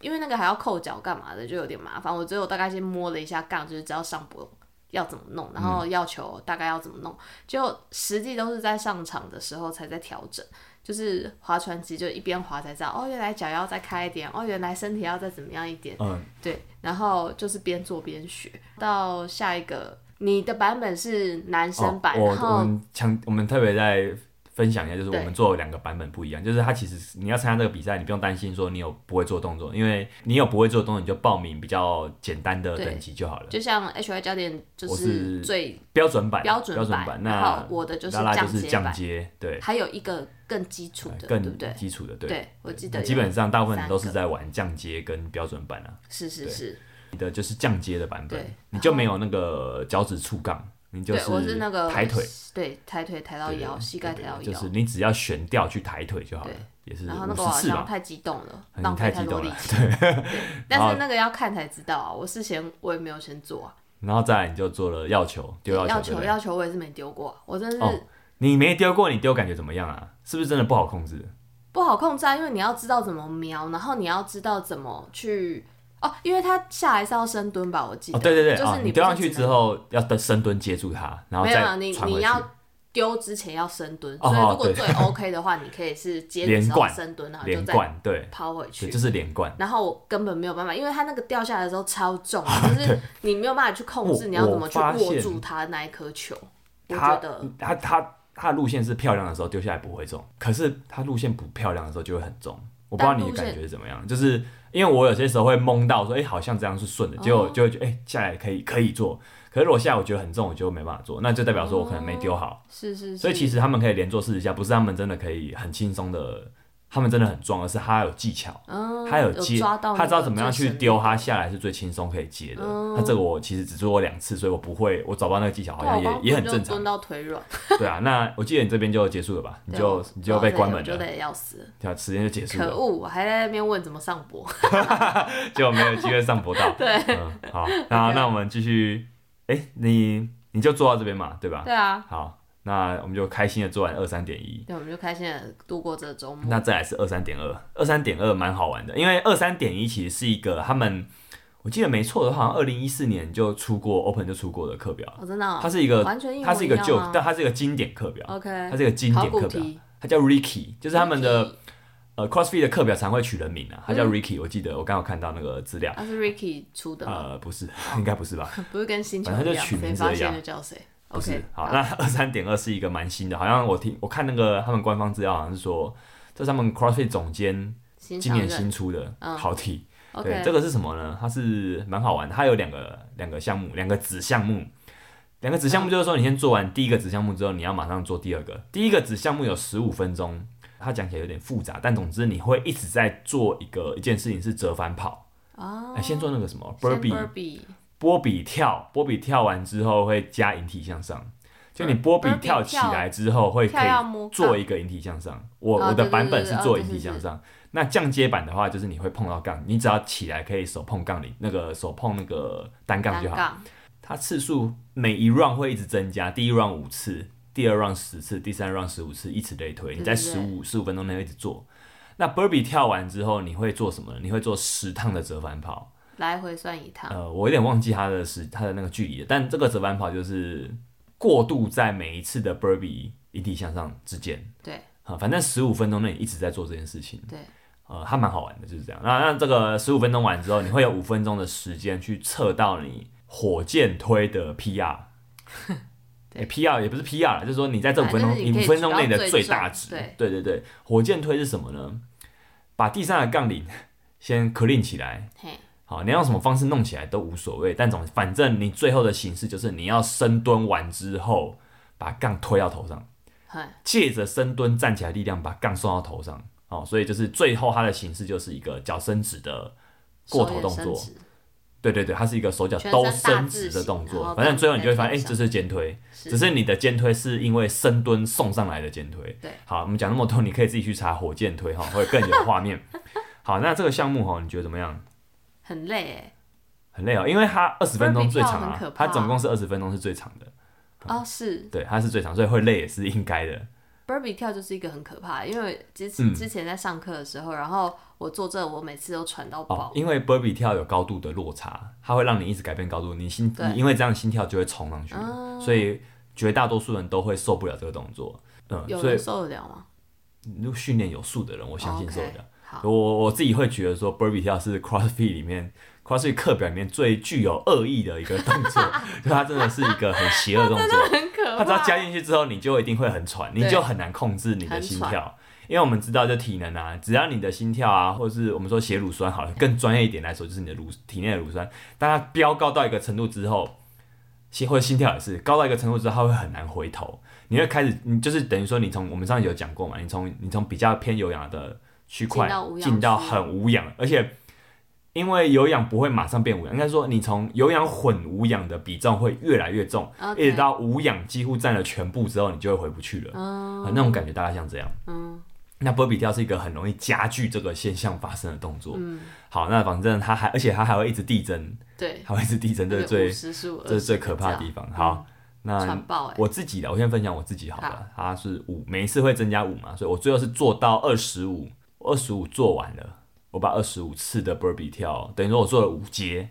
Speaker 2: 因为那个还要扣脚干嘛的，就有点麻烦。我只有大概先摸了一下杠，就是知道上坡要怎么弄，然后要求大概要怎么弄，就实际都是在上场的时候才在调整。就是划船机，就一边划才知道，哦，原来脚要再开一点，哦，原来身体要再怎么样一点，
Speaker 1: 嗯，
Speaker 2: 对，然后就是边做边学。到下一个，你的版本是男生版，
Speaker 1: 哦、我
Speaker 2: 然
Speaker 1: 我
Speaker 2: 后
Speaker 1: 们强，我们特别在分享一下，就是我
Speaker 2: 对
Speaker 1: 们做了两个版本不一样，就是它其实是你要参加这个比赛，你不用担心说你有不会做动作，因为你有不会做动作，你就报名比较简单的
Speaker 2: 对
Speaker 1: 等级就好了，
Speaker 2: 就像 H Y 教练就
Speaker 1: 我是
Speaker 2: 最
Speaker 1: 标准版，
Speaker 2: 标准
Speaker 1: 标
Speaker 2: 版，
Speaker 1: 版，
Speaker 2: 然
Speaker 1: 那
Speaker 2: 后我的就是
Speaker 1: 拉拉
Speaker 2: 降
Speaker 1: 就是
Speaker 2: 阶
Speaker 1: 降
Speaker 2: 版，
Speaker 1: 阶，对，呃
Speaker 2: 还有一个更基础的，对不
Speaker 1: 更
Speaker 2: 对？
Speaker 1: 基础的，对。
Speaker 2: 对，我记得
Speaker 1: 基
Speaker 2: 有
Speaker 1: 本上大部分
Speaker 2: 三
Speaker 1: 都是
Speaker 2: 个
Speaker 1: 在玩降阶跟标准版啊，
Speaker 2: 是是
Speaker 1: 对
Speaker 2: 是，
Speaker 1: 你的就是降阶的版本
Speaker 2: 对，
Speaker 1: 你就没有那个脚趾触杠，你就
Speaker 2: 对我是那个
Speaker 1: 抬腿，，
Speaker 2: 对抬腿抬到
Speaker 1: 对对
Speaker 2: 腰，
Speaker 1: 对
Speaker 2: 膝盖
Speaker 1: 对
Speaker 2: 抬到
Speaker 1: 就
Speaker 2: 腰
Speaker 1: 是，你只要悬吊去抬腿就好了
Speaker 2: 对，
Speaker 1: 也是
Speaker 2: 然后那
Speaker 1: 五十
Speaker 2: 个我好
Speaker 1: 次
Speaker 2: 像
Speaker 1: 吧，
Speaker 2: 太激动了，
Speaker 1: 嗯
Speaker 2: 浪
Speaker 1: 太
Speaker 2: 费
Speaker 1: 激
Speaker 2: 多
Speaker 1: 动
Speaker 2: 力
Speaker 1: 了
Speaker 2: 气。对但
Speaker 1: 然后
Speaker 2: 是那个要看才知道啊，我事前我也没有先做啊。
Speaker 1: 然后再来你就做了药球，丢药
Speaker 2: 要
Speaker 1: 球对
Speaker 2: 球
Speaker 1: 不对，
Speaker 2: 要球我也是没丢过啊，我真的
Speaker 1: 哦
Speaker 2: 是
Speaker 1: 你没丢过，你丢感觉怎么样啊？是不是真的不好控制？
Speaker 2: 不好控制啊，因为你要知道怎么瞄，然后你要知道怎么去哦，因为它下来是要深蹲吧，我记得。
Speaker 1: 哦，对对对，
Speaker 2: 就
Speaker 1: 哦
Speaker 2: 是，
Speaker 1: 你
Speaker 2: 你
Speaker 1: 丢
Speaker 2: 不
Speaker 1: 上
Speaker 2: 是
Speaker 1: 去
Speaker 2: 只
Speaker 1: 之
Speaker 2: 能
Speaker 1: 后要蹲深蹲接住它，然后
Speaker 2: 没
Speaker 1: 再
Speaker 2: 有啊你
Speaker 1: 传
Speaker 2: 你
Speaker 1: 回去。
Speaker 2: 要丢之前要深蹲，
Speaker 1: 哦
Speaker 2: 所以如果
Speaker 1: 对
Speaker 2: 最 OK 的话，你可以 是接
Speaker 1: 连
Speaker 2: 的时候
Speaker 1: 贯
Speaker 2: 深蹲，然后就
Speaker 1: 连
Speaker 2: 再
Speaker 1: 贯，对，
Speaker 2: 抛回
Speaker 1: 对，
Speaker 2: 去
Speaker 1: 就。是连贯。
Speaker 2: 然后我根本没有办法，因为它那个掉下来的时候超 重，就是你没有办法去控制
Speaker 1: 我
Speaker 2: 你要怎么去
Speaker 1: 我发现
Speaker 2: 握住它那一颗球。我
Speaker 1: 它
Speaker 2: 觉得
Speaker 1: 它它它的路线是漂亮的时候丢下来不会重，可是它路线不漂亮的时候就会很重。我不知道
Speaker 2: 但
Speaker 1: 你
Speaker 2: 路
Speaker 1: 的
Speaker 2: 线
Speaker 1: 感觉是怎么样，就是因为我有些时候会懵到说，哎、好像这样是顺的，结
Speaker 2: 哦
Speaker 1: 果就会觉得，哎、下来可以可以做。可是如果下来我觉得很重，我就没办法做，那就代表说我可能没丢好。
Speaker 2: 是是哦是，
Speaker 1: 所以其实他们可以连做四十下，不是他们真的可以很轻松的，他们真的很壮，而是他有技巧，
Speaker 2: 嗯
Speaker 1: 他有
Speaker 2: 有
Speaker 1: 接，
Speaker 2: 抓到那
Speaker 1: 他知道
Speaker 2: 个
Speaker 1: 怎么样
Speaker 2: 最
Speaker 1: 去
Speaker 2: 深
Speaker 1: 丢
Speaker 2: 的
Speaker 1: 他下来是最轻松可以接的。
Speaker 2: 嗯
Speaker 1: 那这个我其实只做过两次，所以我不会，我找不到那个技巧，好
Speaker 2: 对啊
Speaker 1: 像
Speaker 2: 我刚刚
Speaker 1: 也也很
Speaker 2: 就
Speaker 1: 正常
Speaker 2: 蹲。到腿软，
Speaker 1: 对啊，那我记得你这边就结束了吧？你
Speaker 2: 对
Speaker 1: 就
Speaker 2: 我
Speaker 1: 你就被关门
Speaker 2: 我就
Speaker 1: 了，
Speaker 2: 累得要死，
Speaker 1: 对啊，时间就结束
Speaker 2: 可
Speaker 1: 了，
Speaker 2: 恶！我还在那边问怎么上 博，
Speaker 1: 结果没有机会上博 道。
Speaker 2: 对啊
Speaker 1: 嗯，好，那那我们继续，哎，你你就做到这边嘛，对吧？
Speaker 2: 对啊，
Speaker 1: 好，那我们就开心的做完二三点一，
Speaker 2: 对，我们就开心的度过这周末。
Speaker 1: 那再来是二三点二，二三点二蛮好玩的，因为二三点一其实是一个他们，我记得没错的话，好像二零一四年就出过 Open 就出过的课表，
Speaker 2: 哦，真的哦、
Speaker 1: 它是一个
Speaker 2: 完全一模
Speaker 1: 它是一个
Speaker 2: 样
Speaker 1: 旧
Speaker 2: 啊，
Speaker 1: 但它是一个经典课表，它
Speaker 2: OK，
Speaker 1: 是一个经
Speaker 2: 考
Speaker 1: 典
Speaker 2: 古
Speaker 1: 课表，
Speaker 2: 题
Speaker 1: 它叫 Ricky，就是他们的。呃 CrossFit 的课表常会取人名啊，他叫 Ricky，、我记得我刚好看到那个资料，
Speaker 2: 那是 Ricky 出的吗，
Speaker 1: 呃，不是， 应该不是吧？
Speaker 2: 不是跟星球
Speaker 1: 啊反
Speaker 2: 一
Speaker 1: 正就
Speaker 2: 样，
Speaker 1: 取
Speaker 2: 谁
Speaker 1: 名字
Speaker 2: 发
Speaker 1: 而已啊
Speaker 2: 现就叫谁。
Speaker 1: 不是
Speaker 2: OK，
Speaker 1: 好，那二三点二是一个蛮新的，好像我听我看那个他们官方资料，好像是说这是他们 CrossFit 总监
Speaker 2: 新
Speaker 1: 今
Speaker 2: 上
Speaker 1: 年
Speaker 2: 任
Speaker 1: 新出的
Speaker 2: 嗯
Speaker 1: 好体，对，
Speaker 2: OK，
Speaker 1: 这个是什么呢？它是蛮好玩的，它有两个两个项目，两个子项目。两个子项目就是说，你先做完第一个子项目之后，你要马上做第二个。第一个子项目有十五分钟，它讲起来有点复杂，但总之你会一直在做一个一件事情是折返跑。
Speaker 2: 哦
Speaker 1: 哎，先做那个什么
Speaker 2: 先
Speaker 1: burpee，
Speaker 2: burpee，
Speaker 1: 波比跳，波比跳完之后会加引体向上。就你波比
Speaker 2: burpee
Speaker 1: 跳起来之后会可
Speaker 2: 嗯跳
Speaker 1: 以
Speaker 2: 要摸
Speaker 1: 做
Speaker 2: 杠
Speaker 1: 一个引体向上。我、
Speaker 2: 哦
Speaker 1: 我
Speaker 2: 对
Speaker 1: 的
Speaker 2: 对
Speaker 1: 版本
Speaker 2: 对
Speaker 1: 是
Speaker 2: 对
Speaker 1: 做
Speaker 2: 哦
Speaker 1: 引
Speaker 2: 对
Speaker 1: 体
Speaker 2: 是
Speaker 1: 向
Speaker 2: 是
Speaker 1: 上，那降阶版的话就是你会碰到杠，你只要起来可以手碰杠铃，那个手碰那个单杠
Speaker 2: 单
Speaker 1: 就好。
Speaker 2: 杠，
Speaker 1: 它次数每一 round 会一直增加，第一 round 五次，第二 round 十次，第三 round 十五次，以此类推。你在
Speaker 2: 对对
Speaker 1: 十
Speaker 2: 对
Speaker 1: 五十五分钟内会一直做。那 burpee 跳完之后，你会做什么呢？你会做十趟的折返跑。
Speaker 2: 来回算一趟。
Speaker 1: 呃，我有点忘记它的时它的那个距离了，但这个折返跑就是过渡在每一次的 burpee 引体向上之间。
Speaker 2: 对
Speaker 1: 啊、反正十五分钟内一直在做这件事情，
Speaker 2: 对，
Speaker 1: 呃，它蛮好玩的，就是这样。那那这个十五分钟完之后，你会有五分钟的时间去测到你火箭推的 PR，
Speaker 2: 对
Speaker 1: 哎 p r 也不是 PR 啦，就是说你在这五分钟，
Speaker 2: 反正就是你可
Speaker 1: 五
Speaker 2: 以
Speaker 1: 分钟内的
Speaker 2: 举到
Speaker 1: 最
Speaker 2: 最
Speaker 1: 大
Speaker 2: 重
Speaker 1: 值。
Speaker 2: 对
Speaker 1: 对对对火箭推是什么呢？把地上的杠铃先 clean 起来，
Speaker 2: 嘿，
Speaker 1: 好，你要用什么方式弄起来都无所谓，但总反正你最后的形式就是你要深蹲完之后，把杠推到头上。
Speaker 2: 嘿，
Speaker 1: 借着深蹲站起来的力量把杠送到头上，哦，所以就是最后它的形式就是一个脚伸直的过头动
Speaker 2: 手也伸
Speaker 1: 作，
Speaker 2: 直
Speaker 1: 对对对，它是一个手脚
Speaker 2: 全身
Speaker 1: 都
Speaker 2: 大
Speaker 1: 伸
Speaker 2: 字
Speaker 1: 直的
Speaker 2: 形
Speaker 1: 动
Speaker 2: 然
Speaker 1: 作，
Speaker 2: 后
Speaker 1: 反正最后你就会发现，
Speaker 2: 杠
Speaker 1: 哎、
Speaker 2: 在
Speaker 1: 这是肩推，
Speaker 2: 是
Speaker 1: 只是你的肩推是因为深蹲送上来的肩推。
Speaker 2: 对，
Speaker 1: 好，我们讲那么多，你可以自己去查火箭推哈，会更有画 面。好，那这个项目哈，你觉得怎么样？
Speaker 2: 很累哎。
Speaker 1: 很累哦，因为它二十分钟
Speaker 2: Burpee
Speaker 1: 最长
Speaker 2: 跳很
Speaker 1: 啊
Speaker 2: 可，怕
Speaker 1: 它
Speaker 2: 啊
Speaker 1: 总共是二十分钟是最长的，嗯
Speaker 2: 哦，是
Speaker 1: 对，它是最长，所以会累也是应该的。
Speaker 2: Burpee 跳就是一个很可怕的，因为之
Speaker 1: 嗯
Speaker 2: 之前在上课的时候，然后我坐这，我每次都喘到
Speaker 1: 哦
Speaker 2: 爆，。
Speaker 1: 因为 burpee 跳有高度的落差，它会让你一直改变高度，你心
Speaker 2: 对
Speaker 1: 你因为这样心跳就会冲上去，
Speaker 2: 哦
Speaker 1: 所以绝大多数人都会受不了这个动作。嗯，
Speaker 2: 有
Speaker 1: 所以
Speaker 2: 人受得了吗？
Speaker 1: 如果训练有素的人，我相信受得了。
Speaker 2: 哦，OK，好，
Speaker 1: 我我自己会觉得说，burpee 跳是 CrossFit 里面 CrossFit 课表里面最具有恶意的一个动 作，就它真的是一个很邪恶的动作。
Speaker 2: 很可
Speaker 1: 它只要
Speaker 2: 怕。
Speaker 1: 加进去之后，你就一定会很喘，你
Speaker 2: 对
Speaker 1: 就很难控制你的心跳。因为我们知道，就体能啊，只要你的心跳啊，或者是我们说血乳酸好了，更专业一点来说，就是你的乳体内的乳酸，当它飙高到一个程度之后，心或者心跳也是高到一个程度之后，它会很难回头，你会开始，你就是等于说，你从我们上次有讲过嘛，你从你从比较偏有氧的区块
Speaker 2: 进到无氧
Speaker 1: 进到
Speaker 2: 区
Speaker 1: 很无氧，而且因为有氧不会马上变无氧，应该说你从有氧混无氧的比重会越来越重，
Speaker 2: OK
Speaker 1: 一直到无氧几乎占了全部之后，你就会回不去了。
Speaker 2: 嗯
Speaker 1: 啊，那种感觉大概像这样。
Speaker 2: 嗯，
Speaker 1: 那波比跳是一个很容易加剧这个现象发生的动作。
Speaker 2: 嗯
Speaker 1: 好，那反正它还，而且它还会一直递增，
Speaker 2: 对，
Speaker 1: 还会一直递增，这是
Speaker 2: 那个
Speaker 1: 最
Speaker 2: 50是50
Speaker 1: 这是最可怕的地
Speaker 2: 嗯
Speaker 1: 方。好，那
Speaker 2: 喘爆哎。
Speaker 1: 我自己的，我先分享我自己好了。它是五，每一次会增加五嘛，所以我最后是做到二十五，二十五做完了，我把二十五次的波比跳，等于说我做了五阶，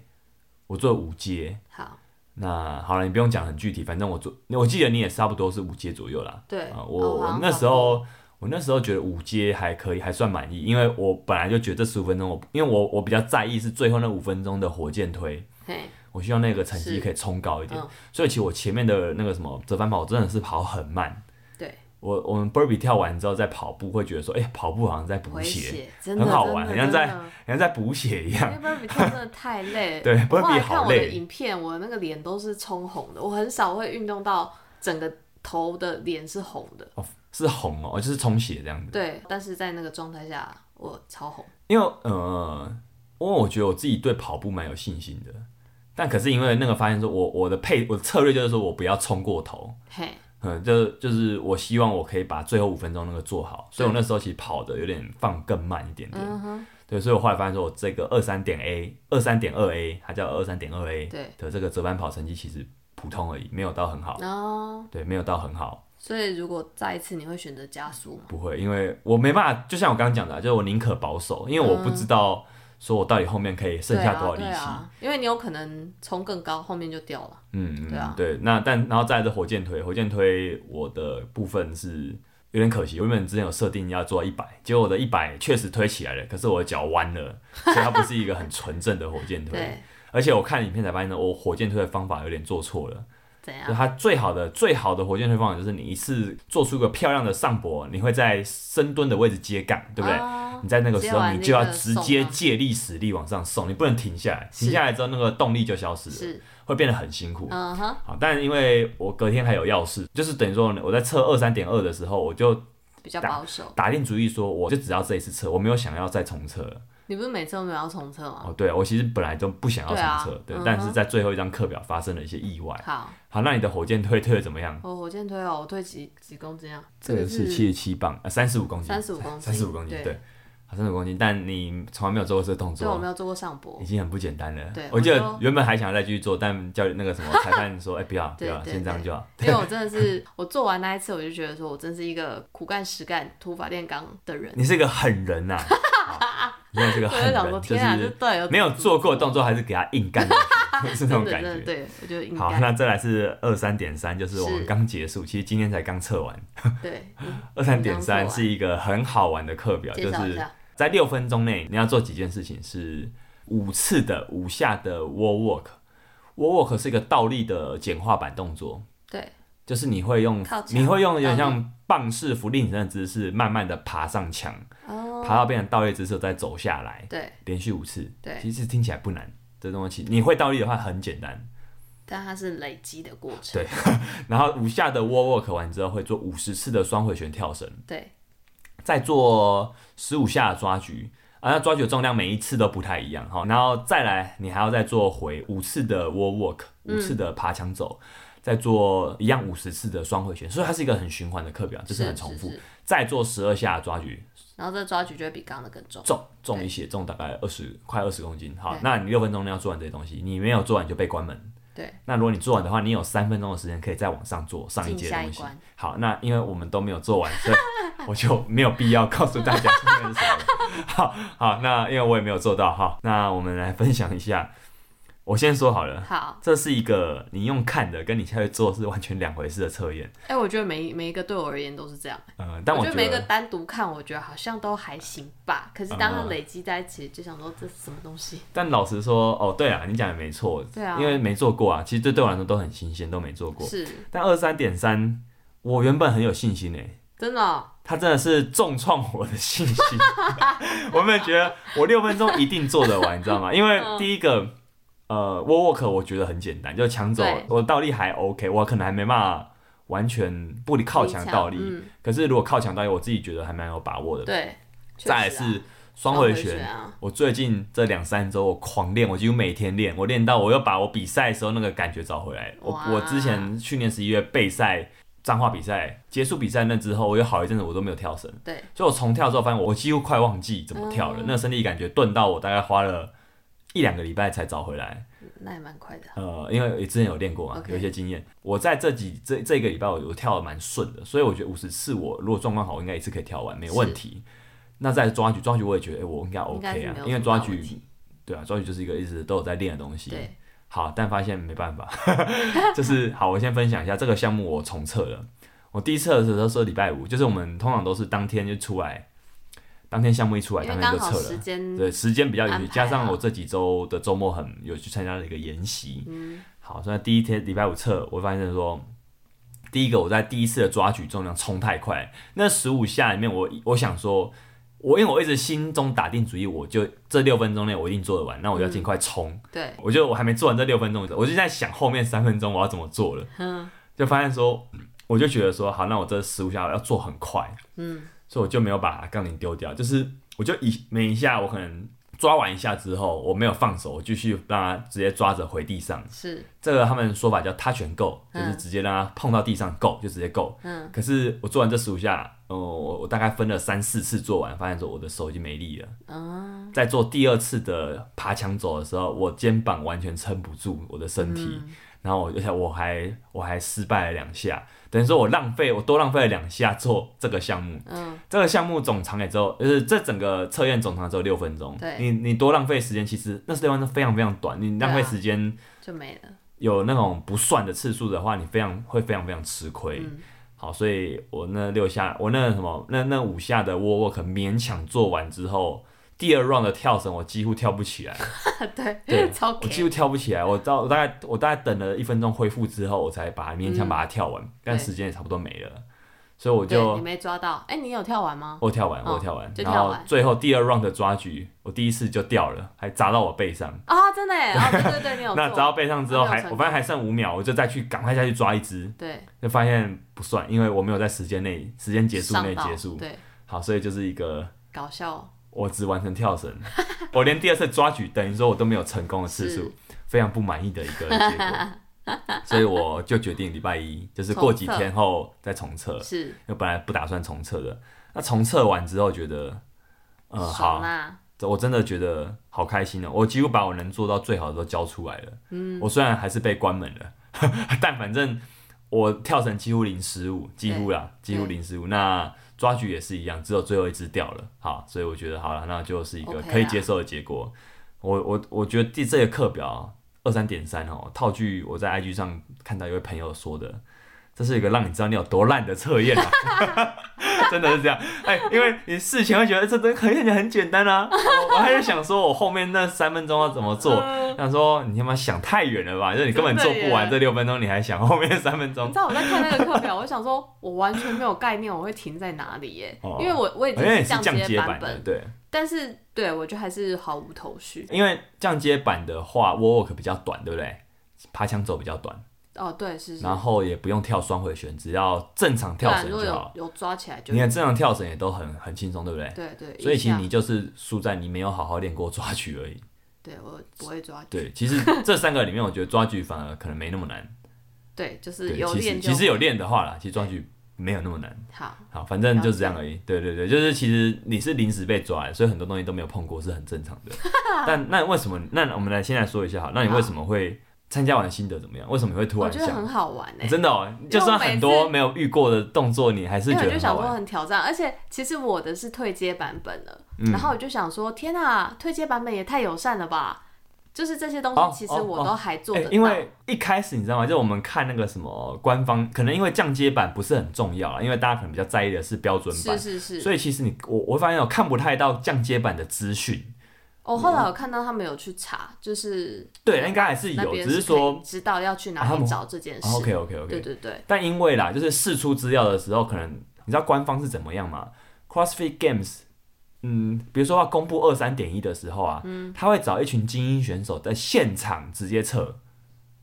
Speaker 1: 我做了五阶。
Speaker 2: 好，
Speaker 1: 那好了，你不用讲很具体，反正我做，我记得你也差不多是五阶左右啦。
Speaker 2: 对
Speaker 1: 啊、，
Speaker 2: 哦
Speaker 1: 我
Speaker 2: 好
Speaker 1: 我
Speaker 2: 像
Speaker 1: 那
Speaker 2: 差
Speaker 1: 时
Speaker 2: 不多
Speaker 1: 候我那时候觉得五阶还可以，还算满意，因为我本来就觉得这十五分钟我，因为我我比较在意是最后那五分钟的火箭推，
Speaker 2: 嘿，
Speaker 1: 我希望那个成绩
Speaker 2: 是
Speaker 1: 可以冲高一点，
Speaker 2: 嗯
Speaker 1: 所以其实我前面的那个什么折返跑真的是跑很慢。
Speaker 2: 对，
Speaker 1: 我我们 burpee 跳完之后再跑步，会觉得说，哎、跑步好像在补
Speaker 2: 回
Speaker 1: 血，
Speaker 2: 血真的
Speaker 1: 很好
Speaker 2: 真
Speaker 1: 玩
Speaker 2: 的
Speaker 1: 很像
Speaker 2: 真
Speaker 1: 在
Speaker 2: 的
Speaker 1: 好像在补血一样。
Speaker 2: 因为 burpee 跳真的太 累了，
Speaker 1: 对
Speaker 2: 我后
Speaker 1: burpee
Speaker 2: 来
Speaker 1: 好
Speaker 2: 看我
Speaker 1: 累
Speaker 2: 的影片，我那个脸都是冲红的，我很少会运动到整个头的脸是红的。
Speaker 1: 哦，是红哦，就是充血这样子。
Speaker 2: 对，但是在那个状态下，我超红。
Speaker 1: 因为呃，因为我觉得我自己对跑步蛮有信心的，但可是因为那个发现说我我的配我的策略就是说我不要冲过头，
Speaker 2: 嘿，
Speaker 1: 嗯，就就是我希望我可以把最后五分钟那个做好，所以我那时候其实跑的有点放更慢一点点，
Speaker 2: 嗯哼，
Speaker 1: 对，所以我后来发现说我这个二三点 A 二三点二 A 它叫二三点二 A
Speaker 2: 对
Speaker 1: 的这个折返跑成绩其实普通而已，没有到很好，
Speaker 2: 然后
Speaker 1: 对，没有到很好。
Speaker 2: 所以如果再一次，你会选择加速吗？
Speaker 1: 不会，因为我没办法，就像我刚刚讲的啊，就是我宁可保守，因为我不知道说我到底后面可以剩下多少力
Speaker 2: 嗯对啊，对
Speaker 1: 气。
Speaker 2: 啊，因为你有可能冲更高，后面就掉了。
Speaker 1: 嗯，嗯
Speaker 2: 对啊
Speaker 1: 对，那但然后再来是火箭推，火箭推我的部分是，因有点可惜。我原本之前有设定要做一百，结果我的一百确实推起来了，可是我的脚弯了，所以它不是一个很纯正的火箭推。
Speaker 2: 对，
Speaker 1: 而且我看影片才发现呢，我火箭推的方法有点做错了。
Speaker 2: 怎
Speaker 1: 就
Speaker 2: 样？
Speaker 1: 它最好的最好的火箭推方法就是你一次做出个漂亮的上搏，你会在深蹲的位置接杠，对不对？
Speaker 2: 哦
Speaker 1: 你在那个时候，你就要直
Speaker 2: 直
Speaker 1: 接
Speaker 2: 接往那个送啊
Speaker 1: 借力使力往上送，你不能停下来，
Speaker 2: 是
Speaker 1: 停下来之后那个动力就消失了，
Speaker 2: 是，
Speaker 1: 会变得很辛苦。
Speaker 2: 嗯哼，
Speaker 1: 好，但因为我隔天还有要事，就是等于说我在测二三点二的时候，我就
Speaker 2: 比较
Speaker 1: 打
Speaker 2: 保守。
Speaker 1: 打定主意说，我就只要这一次测，我没有想要再重测了。
Speaker 2: 你不是每次都没有要重测吗？
Speaker 1: 哦，对，我其实本来都不想要重测，对
Speaker 2: 对啊嗯哼，
Speaker 1: 但是在最后一张课表发生了一些意外。
Speaker 2: 好，
Speaker 1: 好，那你的火箭推推的怎么样？
Speaker 2: 我火箭推哦，我推几几公斤啊？
Speaker 1: 这个是七十七磅，呃，三十五公斤，
Speaker 2: 三十五公斤，
Speaker 1: 三十五公斤，
Speaker 2: 对
Speaker 1: 对，，三十五公斤。但你从来没有做过这个动
Speaker 2: 所以我
Speaker 1: 作
Speaker 2: 没，有做过上搏
Speaker 1: 已。经很不简单了
Speaker 2: 对。
Speaker 1: 我记
Speaker 2: 我
Speaker 1: 得
Speaker 2: 就
Speaker 1: 原本还想再继续做，但教练那个什么裁判说，哎， 不要，不
Speaker 2: 对
Speaker 1: 要，
Speaker 2: 对
Speaker 1: 先这样就好。
Speaker 2: 因为我真的是，我做完那一次，我就觉得说我真是一个苦干实干、土法炼钢的人。
Speaker 1: 你是个狠人 呐，好你也是个
Speaker 2: 我就
Speaker 1: 狠
Speaker 2: 想说，
Speaker 1: 人，就
Speaker 2: 天啊，这
Speaker 1: 是
Speaker 2: 到底有
Speaker 1: 没有做过的动作还是给他硬干， 是那
Speaker 2: 真
Speaker 1: 种
Speaker 2: 的
Speaker 1: 感
Speaker 2: 真的
Speaker 1: 觉。
Speaker 2: 对，我觉得应
Speaker 1: 好，
Speaker 2: 该
Speaker 1: 那再来是二三点三，就是我
Speaker 2: 是
Speaker 1: 们刚结束，其实今天才刚测完。
Speaker 2: 对。
Speaker 1: 二三点三是一个很好玩的课表，
Speaker 2: 介
Speaker 1: 就
Speaker 2: 绍一
Speaker 1: 是
Speaker 2: 下，
Speaker 1: 在六分钟内你要做几件事情是五次的五下的 wall walk。wall walk 是一个倒立的简化版动作，
Speaker 2: 对，
Speaker 1: 就是你会用
Speaker 2: 靠墙
Speaker 1: 你会用有点
Speaker 2: 倒立
Speaker 1: 像棒式扶地挺身的姿势，慢慢的爬上墙，
Speaker 2: 哦，
Speaker 1: 爬到变成倒立姿势再走下来，
Speaker 2: 对
Speaker 1: 连续五次。
Speaker 2: 对，
Speaker 1: 其实听起来不难，这东西你会倒立的话很简单。
Speaker 2: 但它是累积的过程，
Speaker 1: 对然后五下的 wall walk 完之后会做五十次的双回旋跳绳。
Speaker 2: 对
Speaker 1: 再做十五下的抓举啊，那抓举的重量每一次都不太一样哈，然后再来你还要再做回五次的 wall walk，五
Speaker 2: 嗯
Speaker 1: 次的爬墙走，再做一样五十次的双回旋，所以它是一个很循环的课表，就是很重复。
Speaker 2: 是是
Speaker 1: 再做十二下的抓举，
Speaker 2: 然后这抓举就会比刚的更重，
Speaker 1: 重重一些，重大概二十快二十公斤。好
Speaker 2: 对，
Speaker 1: 那你六分钟内要做完这些东西，你没有做完你就被关门。
Speaker 2: 对，
Speaker 1: 那如果你做完的话，你有三分钟的时间可以再往上做上一
Speaker 2: 进
Speaker 1: 节
Speaker 2: 下
Speaker 1: 的
Speaker 2: 一
Speaker 1: 东西。
Speaker 2: 关。
Speaker 1: 好，那因为我们都没有做完，所以我就没有必要告诉大家这个是什么。好好，那因为我也没有做到哈，那我们来分享一下。我先说好 了，
Speaker 2: 好，
Speaker 1: 这是一个你用看的跟你下去做是完全两回事的测验。
Speaker 2: 哎、我觉得每一每一个对我而言都是这样，
Speaker 1: 呃，但
Speaker 2: 觉
Speaker 1: 觉
Speaker 2: 每一个
Speaker 1: 得
Speaker 2: 单独看，我觉得好像都还行吧。可是当它
Speaker 1: 嗯
Speaker 2: 累积在一起，就想说这是什么东西？
Speaker 1: 但老实说，哦，对啊，你讲也没错，
Speaker 2: 对啊
Speaker 1: 因为没做过啊，其实这对我来说都很新鲜，都没做过。
Speaker 2: 是
Speaker 1: 但二三点三，我原本很有信心诶、欸
Speaker 2: 真的哦、
Speaker 1: 他真的是重创我的信心。 我没有觉得我六分钟一定做得完，你知道吗？
Speaker 2: 嗯
Speaker 1: 因为第一个，呃，wall walk 我觉得很简单，就抢走
Speaker 2: 对
Speaker 1: 我倒立还 OK，我可能还没办法完全不靠墙倒立。
Speaker 2: 嗯，
Speaker 1: 可是如果靠墙倒立，我自己觉得还蛮有把握的。
Speaker 2: 对。确
Speaker 1: 再来
Speaker 2: 实啊
Speaker 1: 是双回
Speaker 2: 旋
Speaker 1: 旋。
Speaker 2: 啊，
Speaker 1: 我最近这两三周我狂练，我几乎每天练，我练到我又把我比赛的时候那个感觉找回来。我
Speaker 2: 哇
Speaker 1: 我之前去年十一月备赛彰化比赛结束比赛那之后，我有好一阵子我都没有跳绳，
Speaker 2: 对，
Speaker 1: 所以我重跳之后发现我几乎快忘记怎么跳了，
Speaker 2: 嗯
Speaker 1: 那个身体感觉钝到我大概花了一两个礼拜才找回来。
Speaker 2: 那也蛮快的。
Speaker 1: 呃，因为之前有练过嘛
Speaker 2: OK
Speaker 1: 有一些经验。我在这几这这个礼拜我我跳的蛮顺的，所以我觉得五十次我如果状况好，我应该一次可以跳完，没有问题。那再抓举，抓举我也觉得、诶我应该
Speaker 2: 应该是
Speaker 1: OK 啊
Speaker 2: 没有，
Speaker 1: 因为
Speaker 2: 什么
Speaker 1: 抓
Speaker 2: 大问
Speaker 1: 举
Speaker 2: 题
Speaker 1: 对啊，抓举就是一个一直都有在练的东西。
Speaker 2: 对，
Speaker 1: 好，但发现没办法， 就是好，我先分享一下这个项目我重测了。我第一次测的时候是礼拜五，就是我们通常都是当天就出来，当天项目一出来，
Speaker 2: 因
Speaker 1: 当
Speaker 2: 为
Speaker 1: 天
Speaker 2: 刚
Speaker 1: 就
Speaker 2: 好
Speaker 1: 测
Speaker 2: 时
Speaker 1: 了。
Speaker 2: 间
Speaker 1: 对，时间比较允
Speaker 2: 嗯安
Speaker 1: 许，
Speaker 2: 排
Speaker 1: 加上
Speaker 2: 啊
Speaker 1: 我这几周的周末很有去参加了一个研习。
Speaker 2: 嗯
Speaker 1: 好，所以第一天礼拜五测，我发现说，第一个我在第一次的抓举重量冲太快，那十五下里面我我想说，我因为我一直心中打定主意，我就这六分钟内我一定做得完，那我
Speaker 2: 嗯
Speaker 1: 就要尽快冲。
Speaker 2: 对，
Speaker 1: 我觉得我还没做完这六分钟，我就在想后面三分钟我要怎么做了，
Speaker 2: 嗯
Speaker 1: 就发现说，我就觉得说，好，那我这十五下我要做很快，
Speaker 2: 嗯，
Speaker 1: 所以我就没有把杠铃丢掉，就是我就一每一下我可能抓完一下之后，我没有放手，我继续让它直接抓着回地上。
Speaker 2: 是，
Speaker 1: 这个他们说法叫 touch and go，就
Speaker 2: 嗯
Speaker 1: 是直接让它碰到地上 go 就直接 go。
Speaker 2: 嗯，
Speaker 1: 可是我做完这十五下，呃，我我大概分了三四次做完，发现说我的手已经没力了。
Speaker 2: 啊，
Speaker 1: 在做第二次的爬墙走的时候，我肩膀完全撑不住我的身体，
Speaker 2: 嗯
Speaker 1: 然后我就想我还我还失败了两下，等于说我浪费我多浪费了两下做这个项目。
Speaker 2: 嗯，
Speaker 1: 这个项目总长也只有，就是这整个测验总长只有六分钟
Speaker 2: 对。
Speaker 1: 你你多浪费时间，其实那是六分钟非常非常短。你浪费时间
Speaker 2: 就没了。
Speaker 1: 有那种不算的次数的话，你非常会非常非常吃亏。
Speaker 2: 嗯
Speaker 1: 好，所以我那六下，我那什么，那那五下的 wall walk 勉强做完之后，第二 round 的跳绳我几乎跳不起来，
Speaker 2: 对
Speaker 1: 对
Speaker 2: 超
Speaker 1: 我
Speaker 2: K，
Speaker 1: 几乎跳不起来。我到我大概我大概等了一分钟恢复之后，我才把它勉强把它跳完，但时间也差不多没了，所以我
Speaker 2: 嗯对你
Speaker 1: 就
Speaker 2: 没抓到，哎、你有跳完吗？
Speaker 1: 我跳完，
Speaker 2: 哦
Speaker 1: 我跳完，
Speaker 2: 就
Speaker 1: 然
Speaker 2: 跳
Speaker 1: 后
Speaker 2: 完
Speaker 1: 最后第二 round 的抓举，我第一次就掉了，还砸到我背上。
Speaker 2: 啊、真的哎，哦，对对对，你 有
Speaker 1: 那砸
Speaker 2: 做，
Speaker 1: 到背上之后
Speaker 2: 那没有
Speaker 1: 还，
Speaker 2: 成
Speaker 1: 我
Speaker 2: 功
Speaker 1: 发现还剩五秒，我就再去赶快下去抓一只，
Speaker 2: 对，
Speaker 1: 就发现不算，因为我没有在时间内时间结束
Speaker 2: 上
Speaker 1: 内
Speaker 2: 到
Speaker 1: 结束。
Speaker 2: 对，
Speaker 1: 好，所以就是一个
Speaker 2: 搞笑，
Speaker 1: 我只完成跳绳， 我连第二次抓举，等于说我都没有成功的次数
Speaker 2: 是，
Speaker 1: 非常不满意的一个结果。 所以我就决定礼拜一，就是过几
Speaker 2: 重测
Speaker 1: 天后再重测，
Speaker 2: 是
Speaker 1: 因为本来不打算重测的。那重测完之后觉得，呃，好
Speaker 2: 爽，啊啦，
Speaker 1: 我真的觉得好开心哦！我几乎把我能做到最好的都交出来了。嗯，我虽然还是被关门了， 但反正我跳绳几乎零失误，几乎啦，几乎零失误。那抓举也是一样，只有最后一只掉了。好，所以我觉得好了，那就是一个
Speaker 2: OK 啦
Speaker 1: 可以接受的结果。我我我觉得第这个课表二三点三哦，套句我在 IG 上看到一位朋友说的，这是一个让你知道你有多烂的测验啊。 真的是这样，哎、因为你事前会觉得这东西很很很简单啊，我我还在想说我后面那三分钟要怎么做，想说你他妈想太远了吧，就是你根本做不完
Speaker 2: 嗯真的耶
Speaker 1: 这六分钟，你还想后面三分
Speaker 2: 你
Speaker 1: 钟
Speaker 2: 知，道我在看那个课表，我想说，我完全没有概念我会停在哪里耶，
Speaker 1: 哦
Speaker 2: 因为我我已
Speaker 1: 好
Speaker 2: 经
Speaker 1: 像也
Speaker 2: 降
Speaker 1: 降阶
Speaker 2: 版
Speaker 1: 的，
Speaker 2: 本，
Speaker 1: 对，
Speaker 2: 但是对我就还是毫无头绪。
Speaker 1: 因为降阶版的话 w a l k 比较短，对不对？爬墙走比较短，
Speaker 2: 哦，对，是是，
Speaker 1: 然后也不用跳双回旋，只要正常
Speaker 2: 对
Speaker 1: 跳
Speaker 2: 啊，
Speaker 1: 绳
Speaker 2: 如果
Speaker 1: 就
Speaker 2: 有
Speaker 1: 好。
Speaker 2: 有抓起来就
Speaker 1: 你看正常跳绳也都很很轻松，对不对？
Speaker 2: 对对，
Speaker 1: 所以
Speaker 2: 一
Speaker 1: 其实
Speaker 2: 下
Speaker 1: 你就是输在你没有好好练过抓举而已。
Speaker 2: 对我不会抓，
Speaker 1: 对，其实这三个里面，我觉得抓举反而可能没那么难。
Speaker 2: 对，就是
Speaker 1: 对，
Speaker 2: 有
Speaker 1: 其实
Speaker 2: 练就
Speaker 1: 其实有练的话啦，其实抓举没有那么难。
Speaker 2: 好，
Speaker 1: 好，反正就是这样而已。对对对，就是其实你是临时被抓的，所以很多东西都没有碰过，是很正常的。 但那为什么？那我们来先来说一下好，那你为什么会参加完的心得怎么样？为什么你会突
Speaker 2: 我
Speaker 1: 然
Speaker 2: 觉得
Speaker 1: 想
Speaker 2: 很？好玩欸呢。
Speaker 1: 真的哦，就算很
Speaker 2: 因为我
Speaker 1: 多
Speaker 2: 每次
Speaker 1: 没有遇过的动作，你还是
Speaker 2: 因
Speaker 1: 觉
Speaker 2: 为
Speaker 1: 得
Speaker 2: 我就
Speaker 1: 很
Speaker 2: 想
Speaker 1: 好
Speaker 2: 说
Speaker 1: 玩。
Speaker 2: 很挑战，而且其实我的是退阶版本了，
Speaker 1: 嗯
Speaker 2: 然后我就想说，天啊，退阶版本也太友善了吧！就是这些东
Speaker 1: 哦
Speaker 2: 西，其实
Speaker 1: 哦
Speaker 2: 我都还做
Speaker 1: 哎
Speaker 2: 得到，
Speaker 1: 因为一开始你知道吗？就我们看那个什么官方，可能因为降阶版不是很重要啦，因为大家可能比较在意的是标准版
Speaker 2: 是。是是，
Speaker 1: 所以其实你我我发现我看不太到降阶版的资讯，嗯
Speaker 2: 我哦后来有看到他们有去查，就是
Speaker 1: 对，应该还是
Speaker 2: 哦那
Speaker 1: 有，
Speaker 2: 边
Speaker 1: 只
Speaker 2: 是
Speaker 1: 说
Speaker 2: 可以知道要去
Speaker 1: 啊
Speaker 2: 哪
Speaker 1: 他
Speaker 2: 里
Speaker 1: 们
Speaker 2: 找这件事。
Speaker 1: OK OK OK，
Speaker 2: 对对对，
Speaker 1: 但因为啦，就是试出资料的时候，可能你知道官方是怎么样吗？CrossFit Games，嗯，比如说要公布二三点一的时候啊，
Speaker 2: 嗯
Speaker 1: 他会找一群精英选手在现场直接测，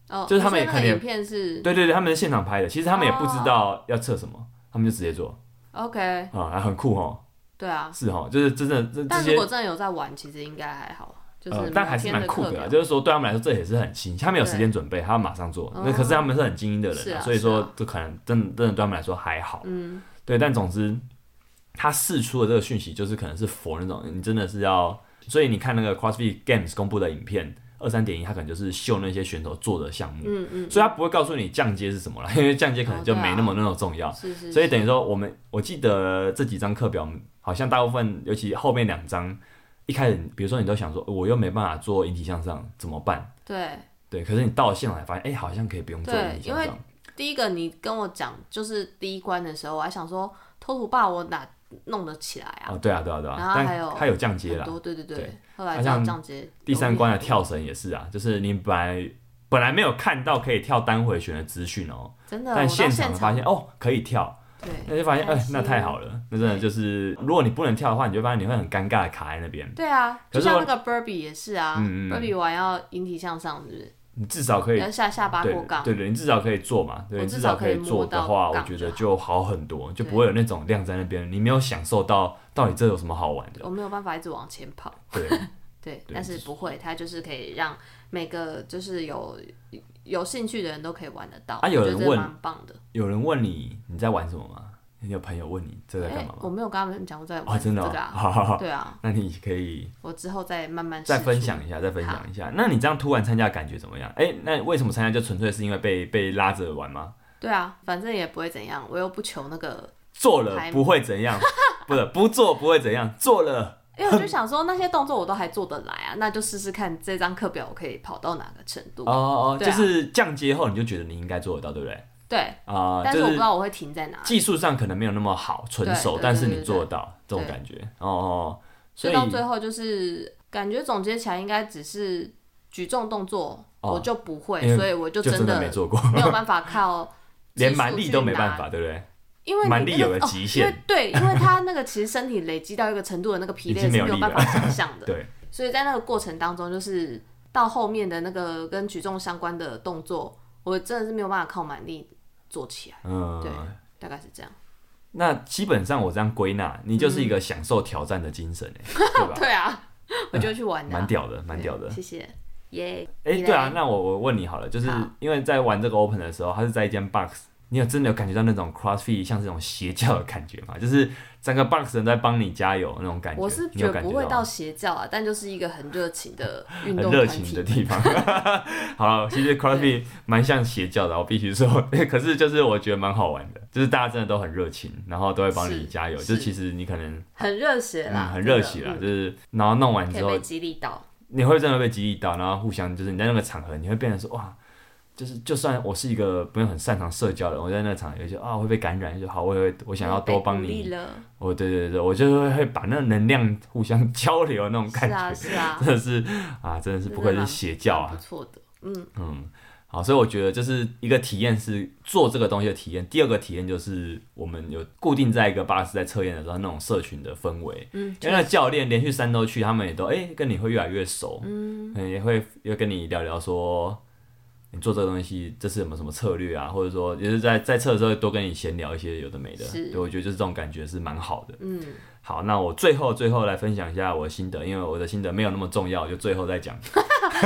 Speaker 2: 哦，
Speaker 1: 就是他们
Speaker 2: 所以
Speaker 1: 也
Speaker 2: 那
Speaker 1: 可
Speaker 2: 个
Speaker 1: 能也
Speaker 2: 影片是哦
Speaker 1: 对对对，他们是现场拍的，其实他们也不知道要测什么，他们就直接做
Speaker 2: OK，
Speaker 1: 啊、啊很酷哦，
Speaker 2: 对啊。
Speaker 1: 是哦，就是真的这这
Speaker 2: 但如
Speaker 1: 些
Speaker 2: 果真的有在玩，其实应该还好，就是
Speaker 1: 呃
Speaker 2: 每，
Speaker 1: 但还是
Speaker 2: 天
Speaker 1: 蛮
Speaker 2: 的
Speaker 1: 酷
Speaker 2: 课
Speaker 1: 的啦，
Speaker 2: 表
Speaker 1: 就是说对他们来说这也是很新，他们有时间准备，他们马上做。那可是他们是很精英的
Speaker 2: 哦是
Speaker 1: 人、
Speaker 2: 啊
Speaker 1: 所以
Speaker 2: 是
Speaker 1: 说
Speaker 2: 啊
Speaker 1: 这可能真的真的对他们来说还好。
Speaker 2: 嗯，
Speaker 1: 对，但总之他释出的这个讯息就是可能是佛那种，你真的是要，所以你看那个 CrossFit Games 公布的影片二三点一，他可能就是秀那些选手做的项目，
Speaker 2: 嗯嗯，
Speaker 1: 所以他不会告诉你降阶是什么了，因为降阶可能就
Speaker 2: 哦对啊
Speaker 1: 没那么那么重要。
Speaker 2: 是是，
Speaker 1: 所以
Speaker 2: 是
Speaker 1: 等于说，我们我记得这几张课表，好像大部分，尤其后面两张，一开始比如说你都想说，呃我又没办法做引体向上，怎么办？
Speaker 2: 对
Speaker 1: 对，可是你到了现场才发现，哎、好像可以不用做
Speaker 2: 对
Speaker 1: 引体向
Speaker 2: 因
Speaker 1: 上。哦
Speaker 2: 第一个你跟我讲，就是第一关的时候，我还想说偷图霸我哪弄得起来啊？
Speaker 1: 哦，对啊，对啊，对啊
Speaker 2: 然，后还有
Speaker 1: 但它有降阶
Speaker 2: 很
Speaker 1: 啦。
Speaker 2: 多对对对
Speaker 1: 对，
Speaker 2: 后来
Speaker 1: 好
Speaker 2: 这样
Speaker 1: 像
Speaker 2: 这样直接哦
Speaker 1: 第三关的
Speaker 2: 有点
Speaker 1: 跳绳也是啊，就是你本来本来没有看到可以跳单回旋的资讯哦，
Speaker 2: 真的，我
Speaker 1: 但
Speaker 2: 到
Speaker 1: 现
Speaker 2: 现
Speaker 1: 场发现哦可以跳，
Speaker 2: 对
Speaker 1: 那就发现哎、
Speaker 2: 开心
Speaker 1: 那太好了，那真的就是如果你不能跳的话，你就发现你会很尴尬的卡在那边，
Speaker 2: 对啊，
Speaker 1: 可
Speaker 2: 就是
Speaker 1: 我
Speaker 2: 像那个 Burby 也是啊
Speaker 1: 嗯嗯嗯
Speaker 2: ，Burby 玩要引体向上，是不是？
Speaker 1: 你至少可以
Speaker 2: 要下下巴
Speaker 1: 对
Speaker 2: 过杠，
Speaker 1: 对对，你至少可以做嘛，对，
Speaker 2: 我
Speaker 1: 你
Speaker 2: 至
Speaker 1: 至
Speaker 2: 少
Speaker 1: 少可以
Speaker 2: 可以
Speaker 1: 做
Speaker 2: 摸
Speaker 1: 的
Speaker 2: 到
Speaker 1: 话，我
Speaker 2: 杠
Speaker 1: 觉
Speaker 2: 就
Speaker 1: 得
Speaker 2: 好
Speaker 1: 就好很多，就不
Speaker 2: 对
Speaker 1: 会有那种晾在那边，你没有享受到到底这有什么好玩的，
Speaker 2: 我没有办法一直往前跑，
Speaker 1: 对
Speaker 2: 对，
Speaker 1: 对
Speaker 2: 但是不会，它就是可以让每个就是有有兴趣的人都可以玩得到，
Speaker 1: 啊有人
Speaker 2: 我觉得
Speaker 1: 问
Speaker 2: 蛮棒的。
Speaker 1: 有人问你你在玩什么吗？你有朋友问你这在干
Speaker 2: 哎
Speaker 1: 嘛，
Speaker 2: 我
Speaker 1: 吗？
Speaker 2: 没有跟他们讲过在
Speaker 1: 啊，
Speaker 2: 玩这
Speaker 1: 真的、哦，
Speaker 2: 个啊，
Speaker 1: 好好好，
Speaker 2: 对啊，
Speaker 1: 那你可以
Speaker 2: 我之后再慢慢
Speaker 1: 再
Speaker 2: 试
Speaker 1: 分
Speaker 2: 出
Speaker 1: 享一下，再分享一下。那你这样突然参加感觉怎么样？哎、那为什么参加就纯粹是因为被被拉着玩吗？
Speaker 2: 对啊，反正也不会怎样，我又不求那个，
Speaker 1: 做了
Speaker 2: 还
Speaker 1: 不会怎 样，不是不做不会怎样，做了
Speaker 2: 因为 我就想说那些动作我都还做得来啊，那就试试看这张课表我可以跑到哪个程度。
Speaker 1: 哦哦，
Speaker 2: 对
Speaker 1: 就
Speaker 2: 啊
Speaker 1: 是降阶后你就觉得你应该做得到，对不对？
Speaker 2: 对，
Speaker 1: 啊、
Speaker 2: 但是
Speaker 1: 就
Speaker 2: 我不
Speaker 1: 是
Speaker 2: 知道我会停在哪里，
Speaker 1: 技术上可能没有那么好纯
Speaker 2: 对
Speaker 1: 熟，
Speaker 2: 对
Speaker 1: 但是
Speaker 2: 对
Speaker 1: 你
Speaker 2: 对
Speaker 1: 做得
Speaker 2: 对
Speaker 1: 到这种
Speaker 2: 对
Speaker 1: 感觉哦哦，所
Speaker 2: 所以
Speaker 1: 以
Speaker 2: 到最后就是感觉总结起来应该只是举重动作、
Speaker 1: 哦
Speaker 2: 我就不
Speaker 1: 因
Speaker 2: 会，
Speaker 1: 为
Speaker 2: 所以我就
Speaker 1: 就
Speaker 2: 真
Speaker 1: 真
Speaker 2: 的
Speaker 1: 没做过，
Speaker 2: 没有办法靠
Speaker 1: 连
Speaker 2: 技术
Speaker 1: 蛮力都
Speaker 2: 去
Speaker 1: 没办
Speaker 2: 拿
Speaker 1: 法，对不对？
Speaker 2: 因为你
Speaker 1: 蛮力
Speaker 2: 那个
Speaker 1: 有个
Speaker 2: 哦
Speaker 1: 极
Speaker 2: 因
Speaker 1: 限
Speaker 2: 为 对，因为他那个其实身体累积到一个程度的那个疲
Speaker 1: 已
Speaker 2: 累是
Speaker 1: 经
Speaker 2: 没
Speaker 1: 没有
Speaker 2: 有
Speaker 1: 力
Speaker 2: 办
Speaker 1: 了
Speaker 2: 法想象 的，
Speaker 1: 对，
Speaker 2: 所以在那个过程当中，就是到后面的那个跟举重相关的动作，我真的是没有办法靠蛮力做起来，对
Speaker 1: 嗯，
Speaker 2: 大概是这样。
Speaker 1: 那基本上我这样归纳，你就是一个享受挑战的精神、欸，对吧？
Speaker 2: 对啊，我就去玩的啊、
Speaker 1: 蛮屌 的，蛮屌的
Speaker 2: 对。谢谢，耶、
Speaker 1: 哎、
Speaker 2: 你嘞
Speaker 1: 对啊，那我我问你好了，就是
Speaker 2: 好
Speaker 1: 因为在玩这个 Open 的时候，它是在一间 box，你有真的有感觉到那种 CrossFit 像这种邪教的感觉吗？就是整个 box 人在帮你加油那种感觉，
Speaker 2: 我是
Speaker 1: 你有
Speaker 2: 觉得
Speaker 1: 感
Speaker 2: 不
Speaker 1: 觉
Speaker 2: 会
Speaker 1: 吗
Speaker 2: 到邪教啊，但就是一个很热情 的运
Speaker 1: 很
Speaker 2: 动
Speaker 1: 热
Speaker 2: 团
Speaker 1: 情的
Speaker 2: 体。
Speaker 1: 地方。 好了，其实 CrossFit 蛮像邪教的，我必须说， 可是就是我觉得蛮好玩的，就是大家真的都很热情，然后都会帮
Speaker 2: 是
Speaker 1: 你加油。
Speaker 2: 是
Speaker 1: 就其实你可能、
Speaker 2: 很热血
Speaker 1: 嗯
Speaker 2: 啦，、
Speaker 1: 很
Speaker 2: 真的
Speaker 1: 热血啦，
Speaker 2: 嗯
Speaker 1: 就是然后弄完
Speaker 2: 可
Speaker 1: 之
Speaker 2: 以
Speaker 1: 后
Speaker 2: 被，激励到。
Speaker 1: 你会真的被激励到，然后互相就是你在那个场合，你会变成说哇。就是，就算我是一个不是很擅长社交的人，我在那个场合有些啊会被感染，就好，我也会我想要多帮
Speaker 2: 被鼓励
Speaker 1: 你，
Speaker 2: 了，
Speaker 1: 我对对对，我就会会把那个能量互相 交流那种感
Speaker 2: 是
Speaker 1: 觉，
Speaker 2: 啊是啊，
Speaker 1: 真的是啊，真的是不愧是邪教啊
Speaker 2: 蛮，不错的，嗯，
Speaker 1: 嗯，好，所以我觉得就是一个体验是做这个东西的体验，第二个体验就是我们有固定在一个巴士在测验的时候那种社群的氛围，
Speaker 2: 嗯，
Speaker 1: 因为那教练连续三周去，他们也都哎、跟你会越来越熟，嗯，也会又跟你聊聊说。你做这个东西，这是有没有什么策略啊？或者说，也是在在测的时候多跟你闲聊一些有的没的，
Speaker 2: 是
Speaker 1: 对我觉得就是这种感觉是蛮好的。
Speaker 2: 嗯，
Speaker 1: 好，那我最后最后来分享一下我的心得，因为我的心得没有那么重要，就最后再讲。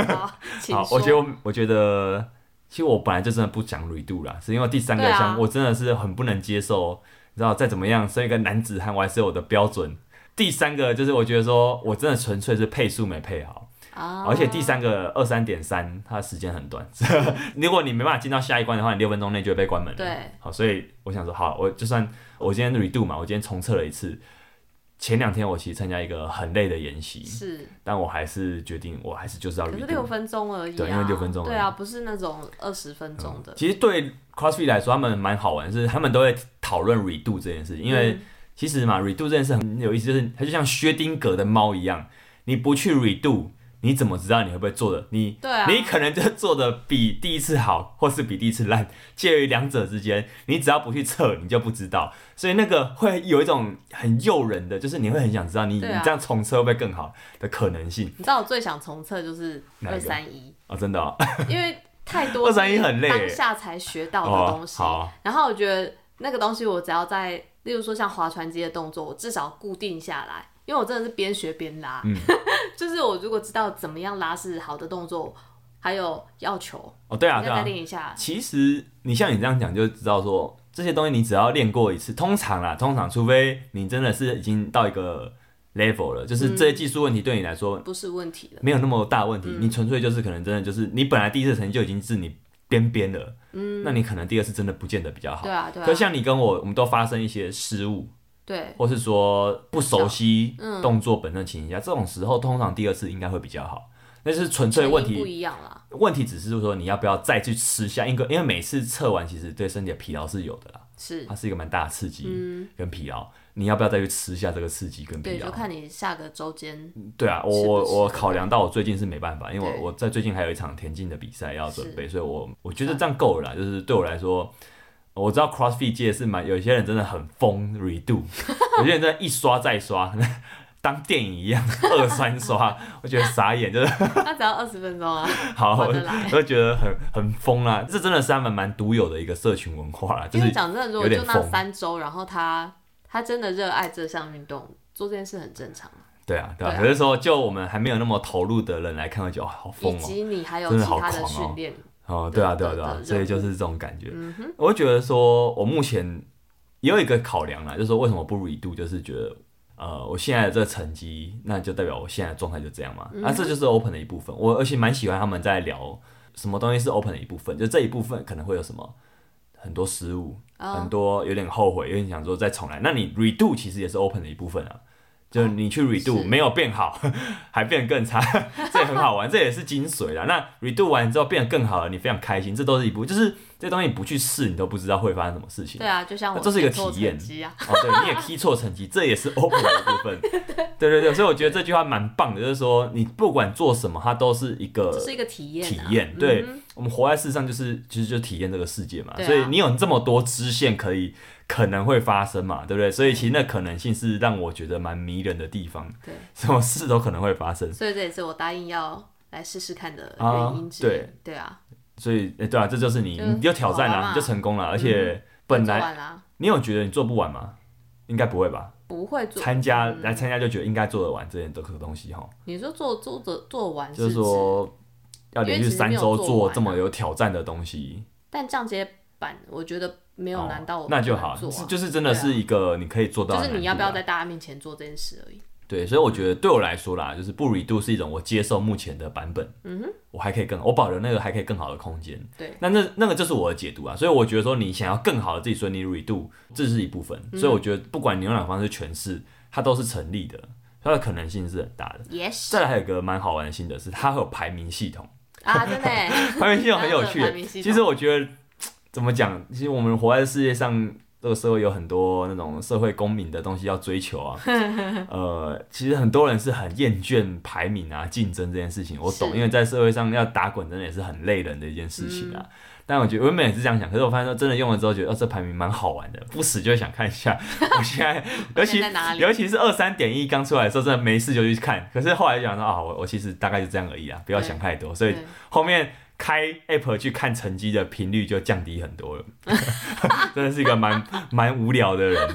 Speaker 2: 好，请
Speaker 1: 好，
Speaker 2: 说
Speaker 1: 我觉得我我觉得，其实我本来就真的不讲 redo 啦，是因为第三个
Speaker 2: 对啊
Speaker 1: 项、我真的是很不能接受，你知道再怎么样身为一个男子汉，我还是有我的标准。第三个就是我觉得说我真的纯粹是配速没配好，
Speaker 2: 啊，
Speaker 1: 而且第三个二三点三，它时间很短， 如果你没办法进到下一关的话，你六分钟内就会被关门了。
Speaker 2: 对，
Speaker 1: 好，所以我想说，好，我就算我今天 redo 嘛，我今天重测了一次。前两天我其实参加一个很累的研习，
Speaker 2: 是，
Speaker 1: 但我还是决定，我还是就是要 redo。
Speaker 2: 可是六分钟而已、啊，
Speaker 1: 对因为六分钟而已嗯
Speaker 2: 对啊，不是那种二十分钟的，
Speaker 1: 其实对 CrossFit 来说，他们蛮好玩，是他们都会讨论 redo 这件事，因为
Speaker 2: 嗯
Speaker 1: 其实嘛，redo 这件事很有意思，就是它就像薛丁格的猫一样，你不去 redo，你怎么知道你会不会做的？你、
Speaker 2: 对啊，
Speaker 1: 你可能就做的比第一次好，或是比第一次烂，介于两者之间，你只要不去测，你就不知道。所以那个会有一种很诱人的，就是你会很想知道你、
Speaker 2: 对啊
Speaker 1: 你这样重测会不会更好的可能性
Speaker 2: 你知道我最想重测就是
Speaker 1: 哪一个
Speaker 2: 二三一，
Speaker 1: 哦，真的哦，
Speaker 2: 因为太多
Speaker 1: 231很累
Speaker 2: 当下才学到的东
Speaker 1: 哦
Speaker 2: 西。
Speaker 1: 好
Speaker 2: 然后我觉得那个东西，我只要在，例如说像划船机的动作，我至少固定下来，因为我真的是边学边拉。
Speaker 1: 嗯
Speaker 2: 就是我如果知道怎么样拉是好的动作，还有要求，
Speaker 1: 哦，对啊，
Speaker 2: 应
Speaker 1: 对
Speaker 2: 该再
Speaker 1: 啊，
Speaker 2: 练一下。
Speaker 1: 其实你像你这样讲，就知道说这些东西你只要练过一次，通常啦，通常除非你真的是已经到一个 level 了，就是
Speaker 2: 嗯
Speaker 1: 这些技术问题对你来说
Speaker 2: 不是问题了。
Speaker 1: 没有那么大问
Speaker 2: 嗯
Speaker 1: 题，你纯粹就是可能真的就是你本来第一次成绩就已经是你边边了，嗯，那你可能第二次真的不见得比较好
Speaker 2: 对。啊，对
Speaker 1: 可
Speaker 2: 啊，
Speaker 1: 像你跟我，我们都发生一些失误，
Speaker 2: 对，
Speaker 1: 或是说不熟悉
Speaker 2: 嗯
Speaker 1: 动作本身的情形下，这种时候通常第二次应该会比较好。那就是纯粹问
Speaker 2: 声音
Speaker 1: 题
Speaker 2: 不一样啦。
Speaker 1: 问题只是说你要不要再去吃下一个，因为每次测完其实对身体的疲劳是有的啦，
Speaker 2: 是
Speaker 1: 它，是一个蛮大的刺激跟疲劳，你要不要再去吃下这个刺激跟疲
Speaker 2: 嗯对，就
Speaker 1: 劳？
Speaker 2: 看你下个周间
Speaker 1: 对啊，我
Speaker 2: 吃不
Speaker 1: 我
Speaker 2: 吃
Speaker 1: 我
Speaker 2: 得
Speaker 1: 考
Speaker 2: 到
Speaker 1: 量到我最近是没办法，因为
Speaker 2: 对
Speaker 1: 我我在最近还有一场田径的比赛要准
Speaker 2: 是
Speaker 1: 备，所以我我觉得这样够了啦，就是对我来说。我知道 CrossFit 界是蛮有些人真的很疯 redo，有些人真的一刷再刷， 当电影一样二三刷，我觉得傻眼，就是
Speaker 2: 那只要二十分钟啊，
Speaker 1: 好，
Speaker 2: 划
Speaker 1: 我
Speaker 2: 得来
Speaker 1: 就觉得很很疯啦。这真的是他们蛮独有的一个社群文化 啦，就
Speaker 2: 因为
Speaker 1: 是
Speaker 2: 讲真的，如果
Speaker 1: 有点
Speaker 2: 就那
Speaker 1: 疯
Speaker 2: 三周，然后他他真的热爱这项运动，做这件事很正常。
Speaker 1: 对啊，对啊
Speaker 2: 对。啊
Speaker 1: 有的时候就我们还没有那么投入的人来看，会觉得哦，好疯
Speaker 2: 以
Speaker 1: 哦，
Speaker 2: 及你还有
Speaker 1: 真
Speaker 2: 其
Speaker 1: 的好
Speaker 2: 他的
Speaker 1: 狂哦
Speaker 2: 训练，
Speaker 1: 哦，对啊，对啊，
Speaker 2: 的
Speaker 1: 对啊
Speaker 2: 的，
Speaker 1: 所以
Speaker 2: 任
Speaker 1: 就
Speaker 2: 务
Speaker 1: 是这种感觉。
Speaker 2: 嗯哼，
Speaker 1: 我觉得说，我目前也有一个考量啦，就是说为什么不 redo，就是觉得。呃，我现在的这个成绩，那就代表我现在的状态就这样嘛。啊那、这就是 open 的一部分。我而且蛮喜欢他们在聊什么东西是 open 的一部分，就这一部分可能会有什么很多失误，
Speaker 2: 哦
Speaker 1: 很多有点后悔，有点想说再重来。那你 redo 其实也是 open 的一部分啊。就是你去 redo
Speaker 2: 是
Speaker 1: 没有变好， 还变得更差，这也很好玩，这也是精髓啦。那 redo 完之后变得更好了，你非常开心，这都是一步，就是这东西你不去试，你都不知道会发生什么事情
Speaker 2: 对。啊，就像我
Speaker 1: 这是一个
Speaker 2: 写错
Speaker 1: 体验
Speaker 2: 成绩啊，
Speaker 1: 哦，对，你也 key 错成绩，这也是 open 的一部 分。对对对，所以我觉得这句话蛮棒的，就是说你不管做什么，它都是一个
Speaker 2: 这是一个体验、
Speaker 1: 呃体
Speaker 2: 啊，
Speaker 1: 验。对
Speaker 2: 嗯哼，
Speaker 1: 我们活在世上就是其实就体验这个世界嘛，
Speaker 2: 对啊
Speaker 1: 所以你有这么多支线可以可能会发生嘛，对不对？所以其实那可能性是让我觉得蛮迷人的地方，
Speaker 2: 对，
Speaker 1: 什么事都可能会发生。
Speaker 2: 所以这也是我答应要来试试看的原因之一。
Speaker 1: 啊对
Speaker 2: 对啊，
Speaker 1: 所以，诶对啊，这就是你，
Speaker 2: 就
Speaker 1: 你有挑战
Speaker 2: 好玩
Speaker 1: 啊，
Speaker 2: 嘛嗯
Speaker 1: 你就成功了。而且本
Speaker 2: 做
Speaker 1: 来
Speaker 2: 完啦，
Speaker 1: 你有觉得你做不完吗？应该不会吧？
Speaker 2: 不会做。
Speaker 1: 参加来参加就觉得应该做得完这件这个东西哈。
Speaker 2: 你说做做做做完
Speaker 1: 就是
Speaker 2: 指
Speaker 1: 说要连续三周
Speaker 2: 啊
Speaker 1: 做这么有挑战的东西，
Speaker 2: 但降阶版我觉得没有难到我、
Speaker 1: 哦那就好，
Speaker 2: 做啊、
Speaker 1: 是就是真的是一个你可以做到
Speaker 2: 就
Speaker 1: 的
Speaker 2: 是
Speaker 1: 难度啊、
Speaker 2: 你要不要在大家面前做这件事而已。
Speaker 1: 对，所以我觉得对我来说啦，就是不 redo 是一种我接受目前的版本，嗯哼，我还可以更，我保留那个还可以更好的空间。
Speaker 2: 对，
Speaker 1: 那那那个就是我的解读啊，所以我觉得说你想要更好的自己，所以你 redo 这是一部分，
Speaker 2: 嗯
Speaker 1: 所以我觉得不管你用哪个方式诠释，它都是成立的，它的可能性是很大的。
Speaker 2: Yes
Speaker 1: 再来还有一个蛮好玩的心得是，它会有排名系统。
Speaker 2: 啊，真 的耶，
Speaker 1: 排名系统很 有
Speaker 2: 排名
Speaker 1: 趣。
Speaker 2: 系
Speaker 1: 欸
Speaker 2: 统
Speaker 1: 其实我觉得怎么讲，其实我们活在世界上，这个社会有很多那种社会公民的东西要追求 啊。呃，其实很多人是很厌倦排名啊、竞争这件事情，我懂，
Speaker 2: 是
Speaker 1: 因为在社会上要打滚，真的也是很累人的一件事情
Speaker 2: 嗯
Speaker 1: 啊。但我觉得我原本也是这样想，可是我发现说真的用了之后，觉得哦，这排名蛮好玩的，不死就会想看一 下。我现在，尤其
Speaker 2: 现在在哪里
Speaker 1: 尤其是二三点一刚出来的时候，真的没事就去看。可是后来就想说啊，我我其实大概就这样而已啊，不要想太多。所以
Speaker 2: 对
Speaker 1: 后面开 app 去看成绩的频率就降低很多了， 真的是一个蛮 蛮无聊的人。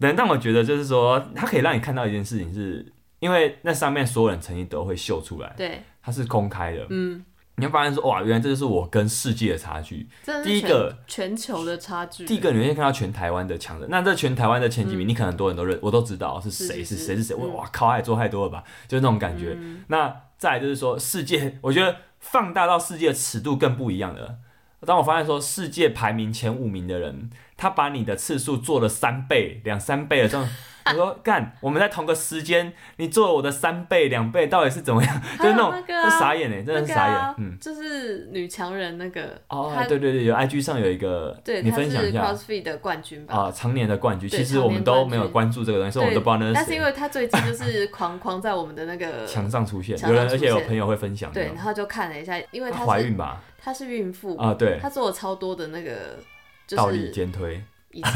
Speaker 1: 但但我觉得就是说，它可以让你看到一件事情是，因为那上面所有人成绩都会秀出来，
Speaker 2: 对，
Speaker 1: 它是公开的，
Speaker 2: 嗯，
Speaker 1: 你会发现说哇，原来这就是我跟世界的差距。
Speaker 2: 这是
Speaker 1: 第一个
Speaker 2: 全全球的差距。
Speaker 1: 第一个，你会先看到全台湾的强人。那这全台湾的前几名，你可能很多人都认，我都知道是谁
Speaker 2: 嗯是
Speaker 1: 是
Speaker 2: 是
Speaker 1: 谁是谁。
Speaker 2: 嗯
Speaker 1: 我哇靠，他也做太多了吧，就是那种感觉。那再来就是说，世界，我觉得放大到世界的尺度更不一样了。当我发现说，世界排名前五名的人，他把你的次数做了三倍、两三倍的这种。我 说干，我们在同个时间，你做了我的三倍、两倍，到底是怎么样？ 就
Speaker 2: 还有
Speaker 1: 是那种，
Speaker 2: 那个啊
Speaker 1: 就傻眼哎，真的
Speaker 2: 那
Speaker 1: 是
Speaker 2: 个
Speaker 1: 傻眼。
Speaker 2: 啊，
Speaker 1: 嗯，
Speaker 2: 就是女强人那个，
Speaker 1: 哦
Speaker 2: 她，
Speaker 1: 对对对，有 IG 上有一个，
Speaker 2: 对，
Speaker 1: 你
Speaker 2: 她
Speaker 1: 分享一
Speaker 2: 是
Speaker 1: 下。
Speaker 2: CrossFit 的冠军吧？
Speaker 1: 啊、常年的冠军，
Speaker 2: 对
Speaker 1: 其实我们都没有关注这个东西，所以我们都不知道那
Speaker 2: 但
Speaker 1: 是
Speaker 2: 是因
Speaker 1: 谁。
Speaker 2: 为她最近就是狂狂在我们的那 个，
Speaker 1: 墙上出现，
Speaker 2: 墙
Speaker 1: 有
Speaker 2: 上
Speaker 1: 人，
Speaker 2: 出
Speaker 1: 而且有
Speaker 2: 现
Speaker 1: 朋友会分享这
Speaker 2: 对，
Speaker 1: 样。
Speaker 2: 然后就看了一下，因为
Speaker 1: 她
Speaker 2: 她
Speaker 1: 怀
Speaker 2: 是
Speaker 1: 孕吧？
Speaker 2: 她是孕妇，
Speaker 1: 啊，对，
Speaker 2: 她做了超多的那个，就
Speaker 1: 倒立
Speaker 2: 是
Speaker 1: 肩推，
Speaker 2: 以及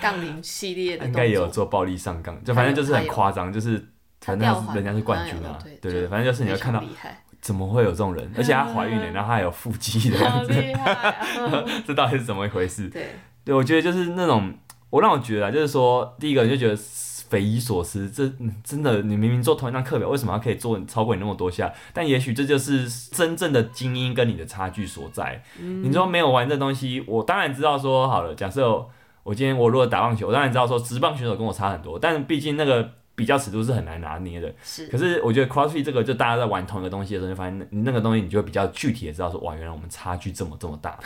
Speaker 2: 杠铃系列的
Speaker 1: 应
Speaker 2: 动
Speaker 1: 该也有
Speaker 2: 作，
Speaker 1: 做暴力上杠，就
Speaker 2: 她
Speaker 1: 反
Speaker 2: 有
Speaker 1: 正就是
Speaker 2: 她
Speaker 1: 很
Speaker 2: 有
Speaker 1: 夸张，就是
Speaker 2: 她
Speaker 1: 反正
Speaker 2: 吊
Speaker 1: 她
Speaker 2: 环
Speaker 1: 是人家是冠军
Speaker 2: 好像有
Speaker 1: 啊
Speaker 2: 对，
Speaker 1: 对
Speaker 2: 就
Speaker 1: 对，反正就是你
Speaker 2: 非
Speaker 1: 会
Speaker 2: 常
Speaker 1: 看到
Speaker 2: 厉害，
Speaker 1: 怎么会有这种人，而且她怀孕 了，然后她还有腹肌
Speaker 2: 好
Speaker 1: 的，
Speaker 2: 厉害啊！
Speaker 1: 这到底是怎么一回事？
Speaker 2: 对，
Speaker 1: 对，我觉得就是那种，我让我觉得啊，就是说，第一个你就觉得匪夷所思，这嗯真的，你明明做同一张课表，为什么它可以做超过你那么多下？但也许这就是真正的精英跟你的差距所在。你说没有玩这东西，我当然知道说好了，假设我今天我如果打棒球，我当然知道说职棒选手跟我差很多，但毕竟那个比较尺度是很难拿捏的。
Speaker 2: 是
Speaker 1: 可是我觉得 CrossFit 这个，就大家在玩同一个东西的时候，就发现那那个东西，你就会比较具体的知道说，哇，原来我们差距这么这么 大，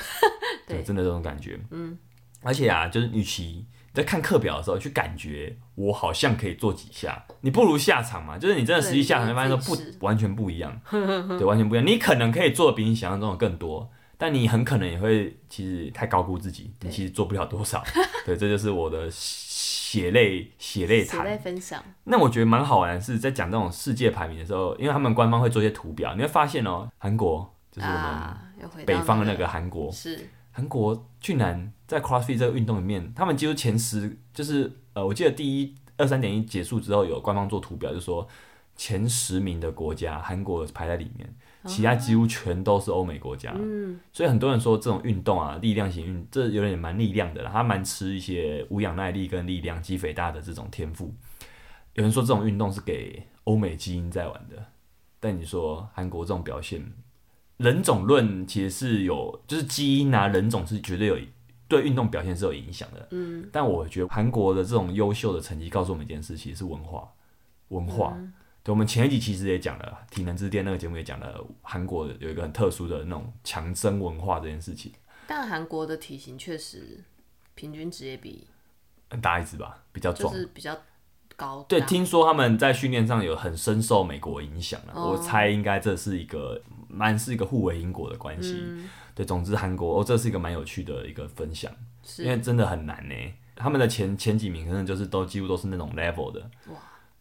Speaker 2: 对
Speaker 1: 真的这种感觉，嗯。而且啊，就是与其你在看课表的时候去感觉我好像可以做几下，你不如下场嘛，就是你真的实际下场，
Speaker 2: 对
Speaker 1: 就发现说
Speaker 2: 你自己
Speaker 1: 不完全不一样，对，完全不一样。你可能可以做的比你想象中的更多，但你很可能也会其实太高估自己，你
Speaker 2: 对
Speaker 1: 其实做不了多 少。对，这就是我的血泪血泪
Speaker 2: 谁
Speaker 1: 谈
Speaker 2: 在。分享？
Speaker 1: 那我觉得蛮好玩的是，在讲这种世界排名的时候，因为他们官方会做一些图表，你会发现哦，韩国就是我们
Speaker 2: 啊，又回到
Speaker 1: 北方的那
Speaker 2: 个
Speaker 1: 个韩国，
Speaker 2: 是
Speaker 1: 韩国居然在 CrossFit 这个运动里面，他们几乎前十，就是呃，我记得第一二三点一结束之后，有官方做图表，就说前十名的国家，韩国排在里面，其他几乎全都是欧美国家。
Speaker 2: 嗯，
Speaker 1: 所以很多人说这种运动啊，力量型运，这有点蛮力量的啦，它蛮吃一些无氧耐力跟力量、肌肥大的这种天赋。有人说这种运动是给欧美基因在玩的，但你说韩国这种表现，人种论其实是有，就是基因啊，人种是绝对有对运动表现是有影响的。嗯，但我觉得韩国的这种优秀的成绩告诉我们一件事，其实是文化，文化。
Speaker 2: 嗯
Speaker 1: 对，我们前一集其实也讲了《体能之巅》那个节目也讲了，韩国有一个很特殊的那种强征文化这件事情，
Speaker 2: 但韩国的体型确实平均值也比
Speaker 1: 很大一只吧，比较
Speaker 2: 就
Speaker 1: 壮，
Speaker 2: 是比较高
Speaker 1: 对，
Speaker 2: 档
Speaker 1: 听说他们在训练上有很深受美国影响了，
Speaker 2: 哦
Speaker 1: 我猜应该这是一个蛮是一个互为因果的关系。
Speaker 2: 嗯
Speaker 1: 对，总之韩国哦，这是一个蛮有趣的一个分享，因为
Speaker 2: 是
Speaker 1: 真的很难呢。他们的前前几名可能就是都几乎都是那种 level 的，
Speaker 2: 哇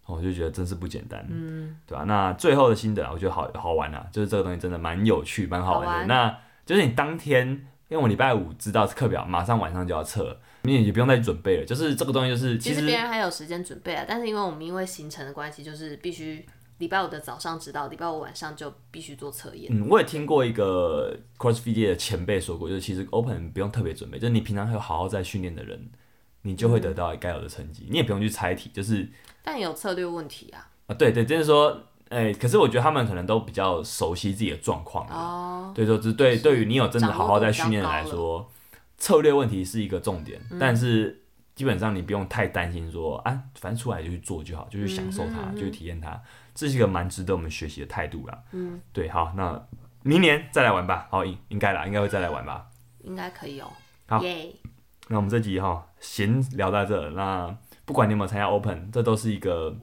Speaker 1: 哦，我就觉得真是不简单，嗯，对吧、那最后的心得啊，我觉得好好玩啊，就是这个东西真的蛮有趣，蛮好玩的。
Speaker 2: 好玩
Speaker 1: 那就是你当天，因为我礼拜五知道课表，马上晚上就要测了，你也不用再准备了，就是这个东西就是
Speaker 2: 其
Speaker 1: 其
Speaker 2: 实
Speaker 1: 实
Speaker 2: 别人还有时间准备啊，但是因为我们因为行程的关系，就是必须礼拜五的早上知道，礼拜五晚上就必须做测验。
Speaker 1: 嗯，我也听过一个 CrossFit 界的前辈说过，就是其实 Open 不用特别准备，就是你平常有好好在训练的人，你就会
Speaker 2: 嗯
Speaker 1: 得到该有的成绩，你也不用去猜题，就是
Speaker 2: 但也有策略问题啊，
Speaker 1: 啊，对对，就是说，哎、可是我觉得他们可能都比较熟悉自己的状况啊，
Speaker 2: 哦，
Speaker 1: 对，就是对对于你有真的
Speaker 2: 掌握
Speaker 1: 好好
Speaker 2: 度
Speaker 1: 在
Speaker 2: 比较
Speaker 1: 训练的
Speaker 2: 高
Speaker 1: 来
Speaker 2: 了嗯
Speaker 1: 说，策略问题是一个重点，但是基本上你不用太担心说啊，反正出来就去做就好，就去享
Speaker 2: 嗯
Speaker 1: 受它，就去体验它，这是一个蛮值得我们学习的态度啦。嗯，对，好，那明年再来玩吧。好，应应该啦，应该会再来玩吧。
Speaker 2: 应该可以哦。
Speaker 1: 好
Speaker 2: 耶，
Speaker 1: 那我们这集哈闲聊到这，那不管你有没有参加 Open，这都是一个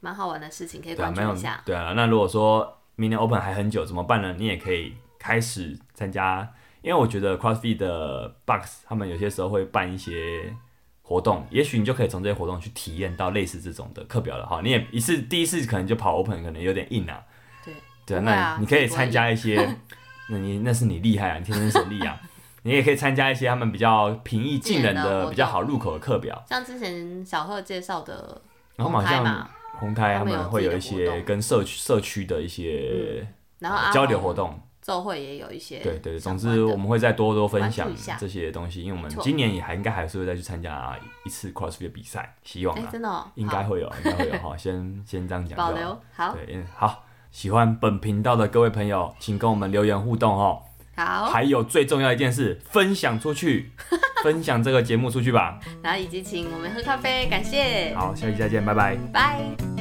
Speaker 2: 蛮好玩的事情，可以
Speaker 1: 对啊，
Speaker 2: 关
Speaker 1: 没有
Speaker 2: 注一下。
Speaker 1: 对啊。那如果说明年 Open 还很久，怎么办呢？你也可以开始参加，因为我觉得 CrossFit 的 Box 他们有些时候会办一些活动，也许你就可以从这些活动去体验到类似这种的课表了哈。你也一次第一次可能就跑 Open，可能有点硬啊。
Speaker 2: 对
Speaker 1: 对
Speaker 2: 不会
Speaker 1: 那
Speaker 2: 啊
Speaker 1: 你可以参加一些， 那你那是你厉害啊，你天生神力啊。 你也可以参加一些他们比较平易近人
Speaker 2: 近人的活
Speaker 1: 的、
Speaker 2: 动
Speaker 1: 比较好入口的课表，
Speaker 2: 像之前小贺介绍的
Speaker 1: 然后好
Speaker 2: 拍
Speaker 1: 像
Speaker 2: 嘛，
Speaker 1: 红台他
Speaker 2: 他们有
Speaker 1: 们会
Speaker 2: 自己
Speaker 1: 有
Speaker 2: 的
Speaker 1: 一
Speaker 2: 活
Speaker 1: 些
Speaker 2: 动嗯啊
Speaker 1: 跟社区社区的一些
Speaker 2: 然后阿
Speaker 1: 呃交流
Speaker 2: 红
Speaker 1: 活动，
Speaker 2: 奏会也有一些
Speaker 1: 对对，总
Speaker 2: 相
Speaker 1: 之我
Speaker 2: 关的
Speaker 1: 们会再多多分享
Speaker 2: 关注一下
Speaker 1: 这些东西，因为我们
Speaker 2: 没错
Speaker 1: 今年也还应该还是会再去参加一次 CrossFit 的比赛，希望
Speaker 2: 哎、
Speaker 1: 啊，
Speaker 2: 真的、哦、
Speaker 1: 应该
Speaker 2: 好
Speaker 1: 会有，应该会有哈，先先这样讲就好
Speaker 2: 保
Speaker 1: 了
Speaker 2: 留好
Speaker 1: 对，嗯好，喜欢本频道的各位朋友，请跟我们留言互动哦。
Speaker 2: 好，
Speaker 1: 还有最重要一件事，分享出去，分享这个节目出去吧。
Speaker 2: 然后以及请我们喝咖啡，感谢，
Speaker 1: 好，下期再见，拜拜。
Speaker 2: 拜。